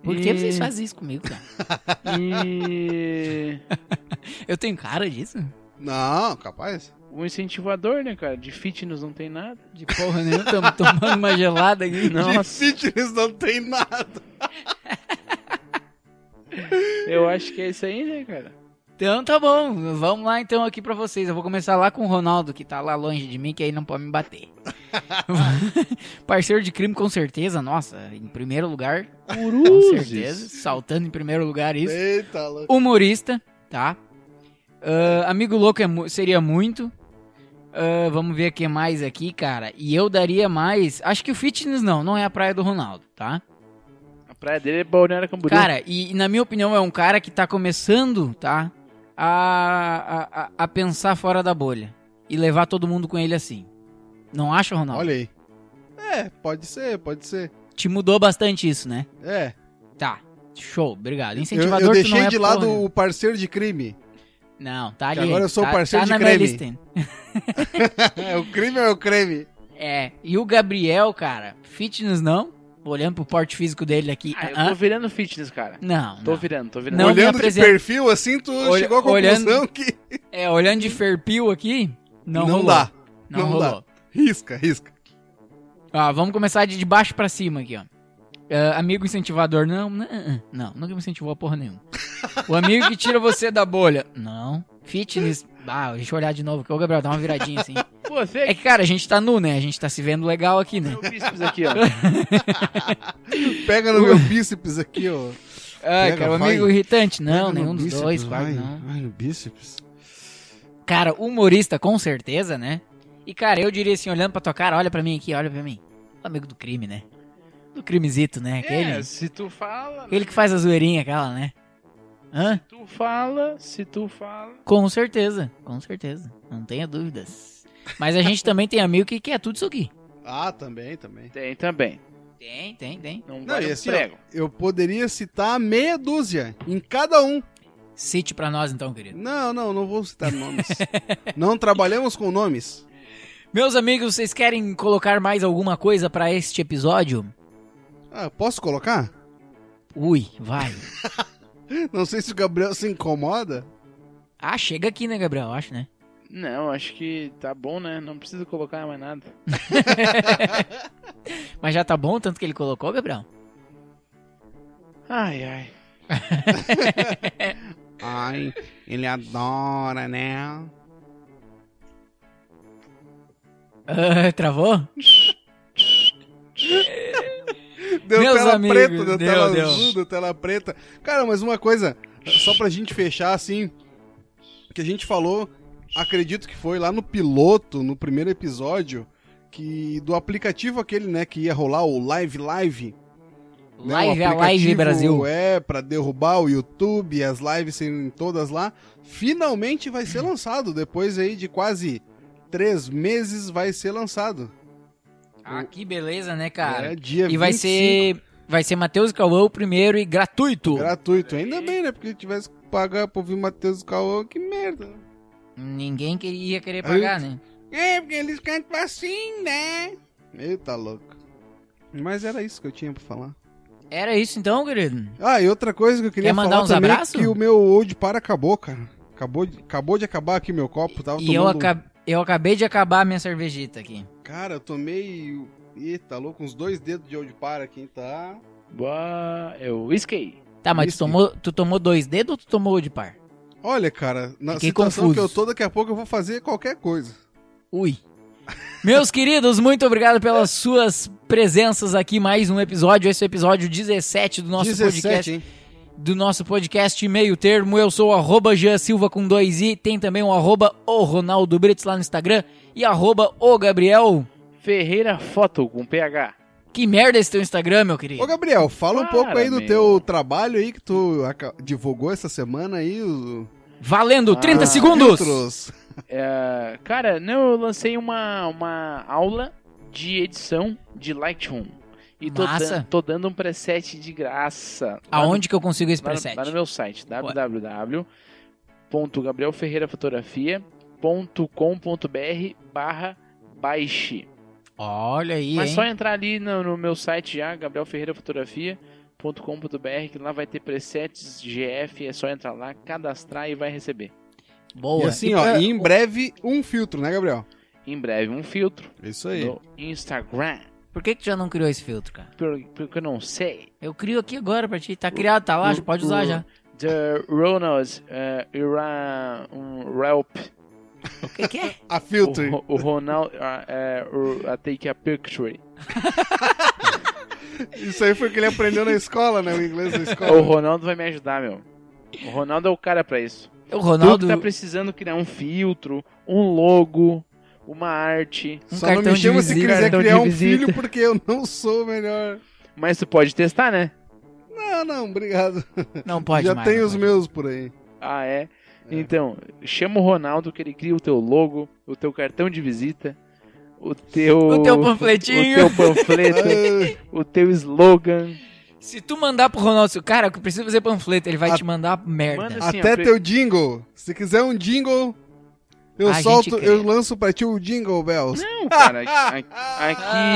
[SPEAKER 1] Por que vocês fazem isso comigo, cara?
[SPEAKER 2] E
[SPEAKER 1] Eu tenho cara disso?
[SPEAKER 3] Não, capaz.
[SPEAKER 2] o incentivador, né, cara? De fitness não tem nada.
[SPEAKER 1] De porra nenhuma, estamos tomando uma gelada aqui.
[SPEAKER 2] Nossa.
[SPEAKER 3] De fitness não tem nada.
[SPEAKER 2] Eu acho que é isso aí, né, cara?
[SPEAKER 1] Então tá bom, vamos lá então aqui pra vocês. Eu vou começar lá com o Ronaldo, que tá lá longe de mim, que aí não pode me bater. Parceiro de crime com certeza, nossa, em primeiro lugar, com certeza, saltando em primeiro lugar isso.
[SPEAKER 3] Eita, louco.
[SPEAKER 1] Humorista, tá? Ah, amigo louco é mu- seria muito. Ah, vamos ver o que mais aqui, cara. E eu daria mais. Acho que o fitness não, não é a praia do Ronaldo, tá?
[SPEAKER 2] A praia dele é Balneário Camboriú.
[SPEAKER 1] Cara, e, e na minha opinião é um cara que tá começando, tá? A, a- a, a pensar fora da bolha. E levar todo mundo com ele assim. Não acha, Ronaldo?
[SPEAKER 3] Olha aí. É, pode ser, pode ser.
[SPEAKER 1] Te mudou bastante isso, né?
[SPEAKER 3] É.
[SPEAKER 1] Tá. Show, obrigado.
[SPEAKER 3] Eu,
[SPEAKER 1] Incentivador
[SPEAKER 3] eu
[SPEAKER 1] tu
[SPEAKER 3] deixei
[SPEAKER 1] não é
[SPEAKER 3] de lado
[SPEAKER 1] porra nenhuma.
[SPEAKER 3] o parceiro de crime.
[SPEAKER 1] Não, tá
[SPEAKER 3] que
[SPEAKER 1] ali.
[SPEAKER 3] agora eu sou o
[SPEAKER 1] tá,
[SPEAKER 3] parceiro
[SPEAKER 1] tá na
[SPEAKER 3] de
[SPEAKER 1] minha
[SPEAKER 3] creme.
[SPEAKER 1] lista.
[SPEAKER 3] o crime é o creme.
[SPEAKER 1] É, e o Gabriel, cara, fitness não. Olhando pro porte físico dele aqui.
[SPEAKER 2] Ah, eu
[SPEAKER 1] ah,
[SPEAKER 2] tô virando fitness, cara.
[SPEAKER 1] Não,
[SPEAKER 2] Tô
[SPEAKER 1] não.
[SPEAKER 2] virando, tô virando.
[SPEAKER 1] Não me
[SPEAKER 3] Olhando de
[SPEAKER 1] apresenta-
[SPEAKER 3] perfil, assim, tu
[SPEAKER 1] Olha-
[SPEAKER 3] chegou à conclusão que
[SPEAKER 1] É, olhando de ferpil aqui, não,
[SPEAKER 3] não,
[SPEAKER 1] rolou.
[SPEAKER 3] dá.
[SPEAKER 1] Não,
[SPEAKER 3] não dá.
[SPEAKER 1] rolou.
[SPEAKER 3] Risca, risca.
[SPEAKER 1] Ó, vamos começar de de baixo pra cima aqui, ó. É, amigo incentivador, não, não, não, nunca me incentivou a porra nenhuma. O amigo que tira você da bolha, não. Fitness, ah, deixa eu olhar de novo, que o Gabriel dá uma viradinha assim.
[SPEAKER 2] Você
[SPEAKER 1] É que, cara, a gente tá nu, né? A gente tá se vendo legal aqui, né?
[SPEAKER 2] meu bíceps aqui, ó.
[SPEAKER 3] Pega no meu bíceps aqui, ó.
[SPEAKER 1] Ah,
[SPEAKER 3] Pega,
[SPEAKER 1] cara, o
[SPEAKER 3] vai.
[SPEAKER 1] amigo irritante, não,
[SPEAKER 3] Pega no
[SPEAKER 1] nenhum dos
[SPEAKER 3] bíceps,
[SPEAKER 1] dois, claro que
[SPEAKER 3] vai.
[SPEAKER 1] não.
[SPEAKER 3] Vai no bíceps.
[SPEAKER 1] Cara, humorista, com certeza, né? E, cara, eu diria assim, olhando pra tua cara, olha pra mim aqui, olha pra mim. O amigo do crime, né? Do crimezito, né?
[SPEAKER 2] É,
[SPEAKER 1] Aquele,
[SPEAKER 2] se tu fala,
[SPEAKER 1] aquele que faz a zoeirinha aquela, né? Hã?
[SPEAKER 2] tu fala, se tu fala.
[SPEAKER 1] Com certeza, com certeza. Não tenha dúvidas. Mas a gente também tem amigo que quer tudo isso aqui.
[SPEAKER 3] Ah, também, também.
[SPEAKER 2] Tem também.
[SPEAKER 1] Tem, tem, tem.
[SPEAKER 2] Não,
[SPEAKER 3] Não,
[SPEAKER 2] vale
[SPEAKER 3] e
[SPEAKER 2] um
[SPEAKER 3] assim, ó,
[SPEAKER 2] prego.
[SPEAKER 3] eu poderia citar meia dúzia em cada um.
[SPEAKER 1] Cite pra nós então, querido.
[SPEAKER 3] Não, não, não vou citar nomes. não trabalhamos com nomes.
[SPEAKER 1] Meus amigos, vocês querem colocar mais alguma coisa pra este episódio?
[SPEAKER 3] Ah, posso colocar?
[SPEAKER 1] Ui, vai.
[SPEAKER 3] Não sei se o Gabriel se incomoda.
[SPEAKER 1] Ah, chega aqui, né, Gabriel? Eu Acho, né?
[SPEAKER 2] Não, acho que tá bom, né? Não precisa colocar mais nada.
[SPEAKER 1] Mas já tá bom o tanto que ele colocou, Gabriel?
[SPEAKER 2] Ai, ai.
[SPEAKER 4] Ai, ele adora, né?
[SPEAKER 1] Ah, travou?
[SPEAKER 3] Deu
[SPEAKER 1] Meus
[SPEAKER 3] tela
[SPEAKER 1] amigos,
[SPEAKER 3] preta,
[SPEAKER 1] deu,
[SPEAKER 3] deu, tela
[SPEAKER 1] deu.
[SPEAKER 3] azul, deu tela preta. Cara, mas uma coisa, só pra gente fechar assim, que a gente falou, acredito que foi lá no piloto, no primeiro episódio, que do aplicativo aquele, né, que ia rolar o Live Live. né, um
[SPEAKER 1] Live é a Live
[SPEAKER 3] aplicativo,
[SPEAKER 1] Brasil.
[SPEAKER 3] É, pra derrubar o YouTube, as lives serem todas lá. Finalmente vai ser lançado. Depois aí de quase três meses vai ser lançado.
[SPEAKER 1] Ah, que beleza, né, cara?
[SPEAKER 3] é, dia
[SPEAKER 1] e vai
[SPEAKER 3] 25,
[SPEAKER 1] ser. Vai ser Matheus e Cauã o primeiro e gratuito.
[SPEAKER 3] Gratuito. Ainda bem, né? Porque tivesse que pagar pra ouvir Matheus e Cauã, que merda.
[SPEAKER 1] Ninguém queria querer pagar, né?
[SPEAKER 4] É, porque eles cantam assim, né?
[SPEAKER 3] Eita, louco. Mas era isso que eu tinha pra falar.
[SPEAKER 1] Era isso então, querido?
[SPEAKER 3] Ah, e outra coisa que eu queria
[SPEAKER 1] Quer mandar
[SPEAKER 3] falar
[SPEAKER 1] uns
[SPEAKER 3] também
[SPEAKER 1] abraços?
[SPEAKER 3] é que o meu Old Par acabou, cara. Acabou de, acabou de acabar aqui meu copo. Tava
[SPEAKER 1] E eu,
[SPEAKER 3] tomando- um
[SPEAKER 1] acab- eu acabei de acabar a minha cervejita aqui.
[SPEAKER 3] Cara, eu tomei. Eita, louco, uns dois dedos de old para aqui, tá?
[SPEAKER 2] Boa, eu isquei.
[SPEAKER 1] Tá, mas tu
[SPEAKER 3] Whisky.
[SPEAKER 1] tomou, tu tomou dois dedos ou tu tomou de par?
[SPEAKER 3] Olha, cara, na
[SPEAKER 1] Fiquei
[SPEAKER 3] situação
[SPEAKER 1] confuso.
[SPEAKER 3] que eu tô, daqui a pouco eu vou fazer qualquer coisa.
[SPEAKER 1] Ui. Meus queridos, muito obrigado pelas suas presenças aqui. Mais um episódio. Esse é o episódio 17 do nosso podcast.
[SPEAKER 3] hein?
[SPEAKER 1] do nosso podcast Meio Termo. Eu sou o arroba Jean Silva com dois i. Tem também o arroba o Ronaldo Brits lá no Instagram e arroba o Gabriel.
[SPEAKER 2] Ferreira Foto com PH.
[SPEAKER 1] Que merda esse teu Instagram, meu querido.
[SPEAKER 3] Ô, Gabriel, fala um
[SPEAKER 2] Para,
[SPEAKER 3] pouco aí do
[SPEAKER 2] meu.
[SPEAKER 3] teu trabalho aí que tu aca- divulgou essa semana aí. Os
[SPEAKER 1] Valendo, 30
[SPEAKER 2] Ah,
[SPEAKER 1] segundos.
[SPEAKER 3] títulos.
[SPEAKER 2] É, cara, não, eu lancei uma, uma aula de edição de Lightroom. E tô,
[SPEAKER 1] Massa.
[SPEAKER 2] dan- tô dando um preset de graça. Lá no-
[SPEAKER 1] Aonde que eu consigo esse
[SPEAKER 2] Lá no,
[SPEAKER 1] preset?
[SPEAKER 2] lá no meu site, www.gabrielferreirafotografia.com.br barra baixe.
[SPEAKER 1] Olha aí,
[SPEAKER 2] Mas
[SPEAKER 1] hein?
[SPEAKER 2] só entrar ali no, no meu site já, gabrielferreirafotografia.com.br, que lá vai ter presets GF, é só entrar lá, cadastrar e vai receber.
[SPEAKER 1] Boa. É.
[SPEAKER 3] E assim,
[SPEAKER 1] E
[SPEAKER 3] ó,
[SPEAKER 1] pra-
[SPEAKER 3] e em breve um filtro, né, Gabriel?
[SPEAKER 2] Em breve, um filtro
[SPEAKER 3] É isso aí.
[SPEAKER 2] no Instagram.
[SPEAKER 1] Por que que tu já não criou esse filtro, cara?
[SPEAKER 2] Por- Porque eu não sei.
[SPEAKER 1] Eu crio aqui agora pra ti. Tá criado, tá lá, já pode usar já.
[SPEAKER 2] The Ronald eh, irá um help
[SPEAKER 1] O que que é?
[SPEAKER 3] A
[SPEAKER 2] o,
[SPEAKER 3] filtro.
[SPEAKER 2] Ro- o Ronald ah, eh, o- a take a picture.
[SPEAKER 3] Isso aí foi o que ele aprendeu na escola, né? O inglês da
[SPEAKER 2] O
[SPEAKER 3] escola.
[SPEAKER 2] Ronaldo vai me ajudar, meu. O Ronaldo é o cara pra isso.
[SPEAKER 1] O
[SPEAKER 2] Ronaldo
[SPEAKER 1] Ronaldo,
[SPEAKER 2] tá precisando criar um filtro, um logo, uma arte.
[SPEAKER 1] um
[SPEAKER 3] Só não
[SPEAKER 1] cartão
[SPEAKER 3] me
[SPEAKER 1] de
[SPEAKER 3] chama se
[SPEAKER 1] visita.
[SPEAKER 3] quiser
[SPEAKER 2] Cartão de
[SPEAKER 3] criar um
[SPEAKER 2] visita.
[SPEAKER 3] filho, porque eu não sou o melhor.
[SPEAKER 2] Mas tu pode testar, né?
[SPEAKER 3] Não, não, obrigado.
[SPEAKER 1] não pode
[SPEAKER 3] Já
[SPEAKER 1] mais.
[SPEAKER 3] tem
[SPEAKER 1] não
[SPEAKER 3] os
[SPEAKER 1] pode.
[SPEAKER 3] meus por aí.
[SPEAKER 2] Ah, é? Então, chama o Ronaldo que ele cria o teu logo, o teu cartão de visita, o teu.
[SPEAKER 1] O teu
[SPEAKER 2] o
[SPEAKER 1] panfletinho.
[SPEAKER 2] teu panfleto,
[SPEAKER 1] né?
[SPEAKER 3] Ah,
[SPEAKER 2] o teu slogan.
[SPEAKER 1] Se tu mandar pro Ronaldo, se- cara, eu preciso fazer panfleto, ele vai
[SPEAKER 3] A-
[SPEAKER 1] te mandar merda.
[SPEAKER 2] Manda assim, ó,
[SPEAKER 3] Até
[SPEAKER 2] pre-
[SPEAKER 3] teu jingle. Se quiser um jingle, eu
[SPEAKER 1] A gente
[SPEAKER 3] solto,
[SPEAKER 1] cria.
[SPEAKER 3] eu lanço pra ti o jingle, Bells. Ah,
[SPEAKER 2] Não, cara, aqui,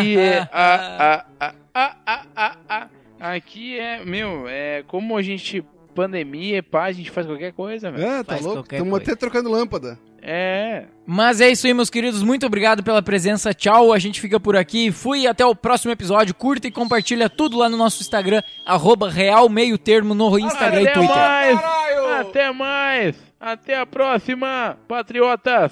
[SPEAKER 2] aqui é a, a, a, a, a, a, a- Aqui é, meu, é como a gente pandemia, pá, a gente faz qualquer coisa,
[SPEAKER 1] É?
[SPEAKER 2] velho.
[SPEAKER 3] Ah, tá
[SPEAKER 1] Faz
[SPEAKER 3] louco?
[SPEAKER 1] qualquer
[SPEAKER 3] Estamos
[SPEAKER 1] coisa.
[SPEAKER 3] até trocando lâmpada.
[SPEAKER 2] É.
[SPEAKER 1] Mas é isso aí, meus queridos. Muito obrigado pela presença. Tchau. A gente fica por aqui. Fui e até o próximo episódio. Curta e compartilha tudo lá no nosso Instagram, arroba Real Meio Termo no Instagram e
[SPEAKER 2] até
[SPEAKER 1] Twitter.
[SPEAKER 2] mais. Até mais. Até a próxima, patriotas.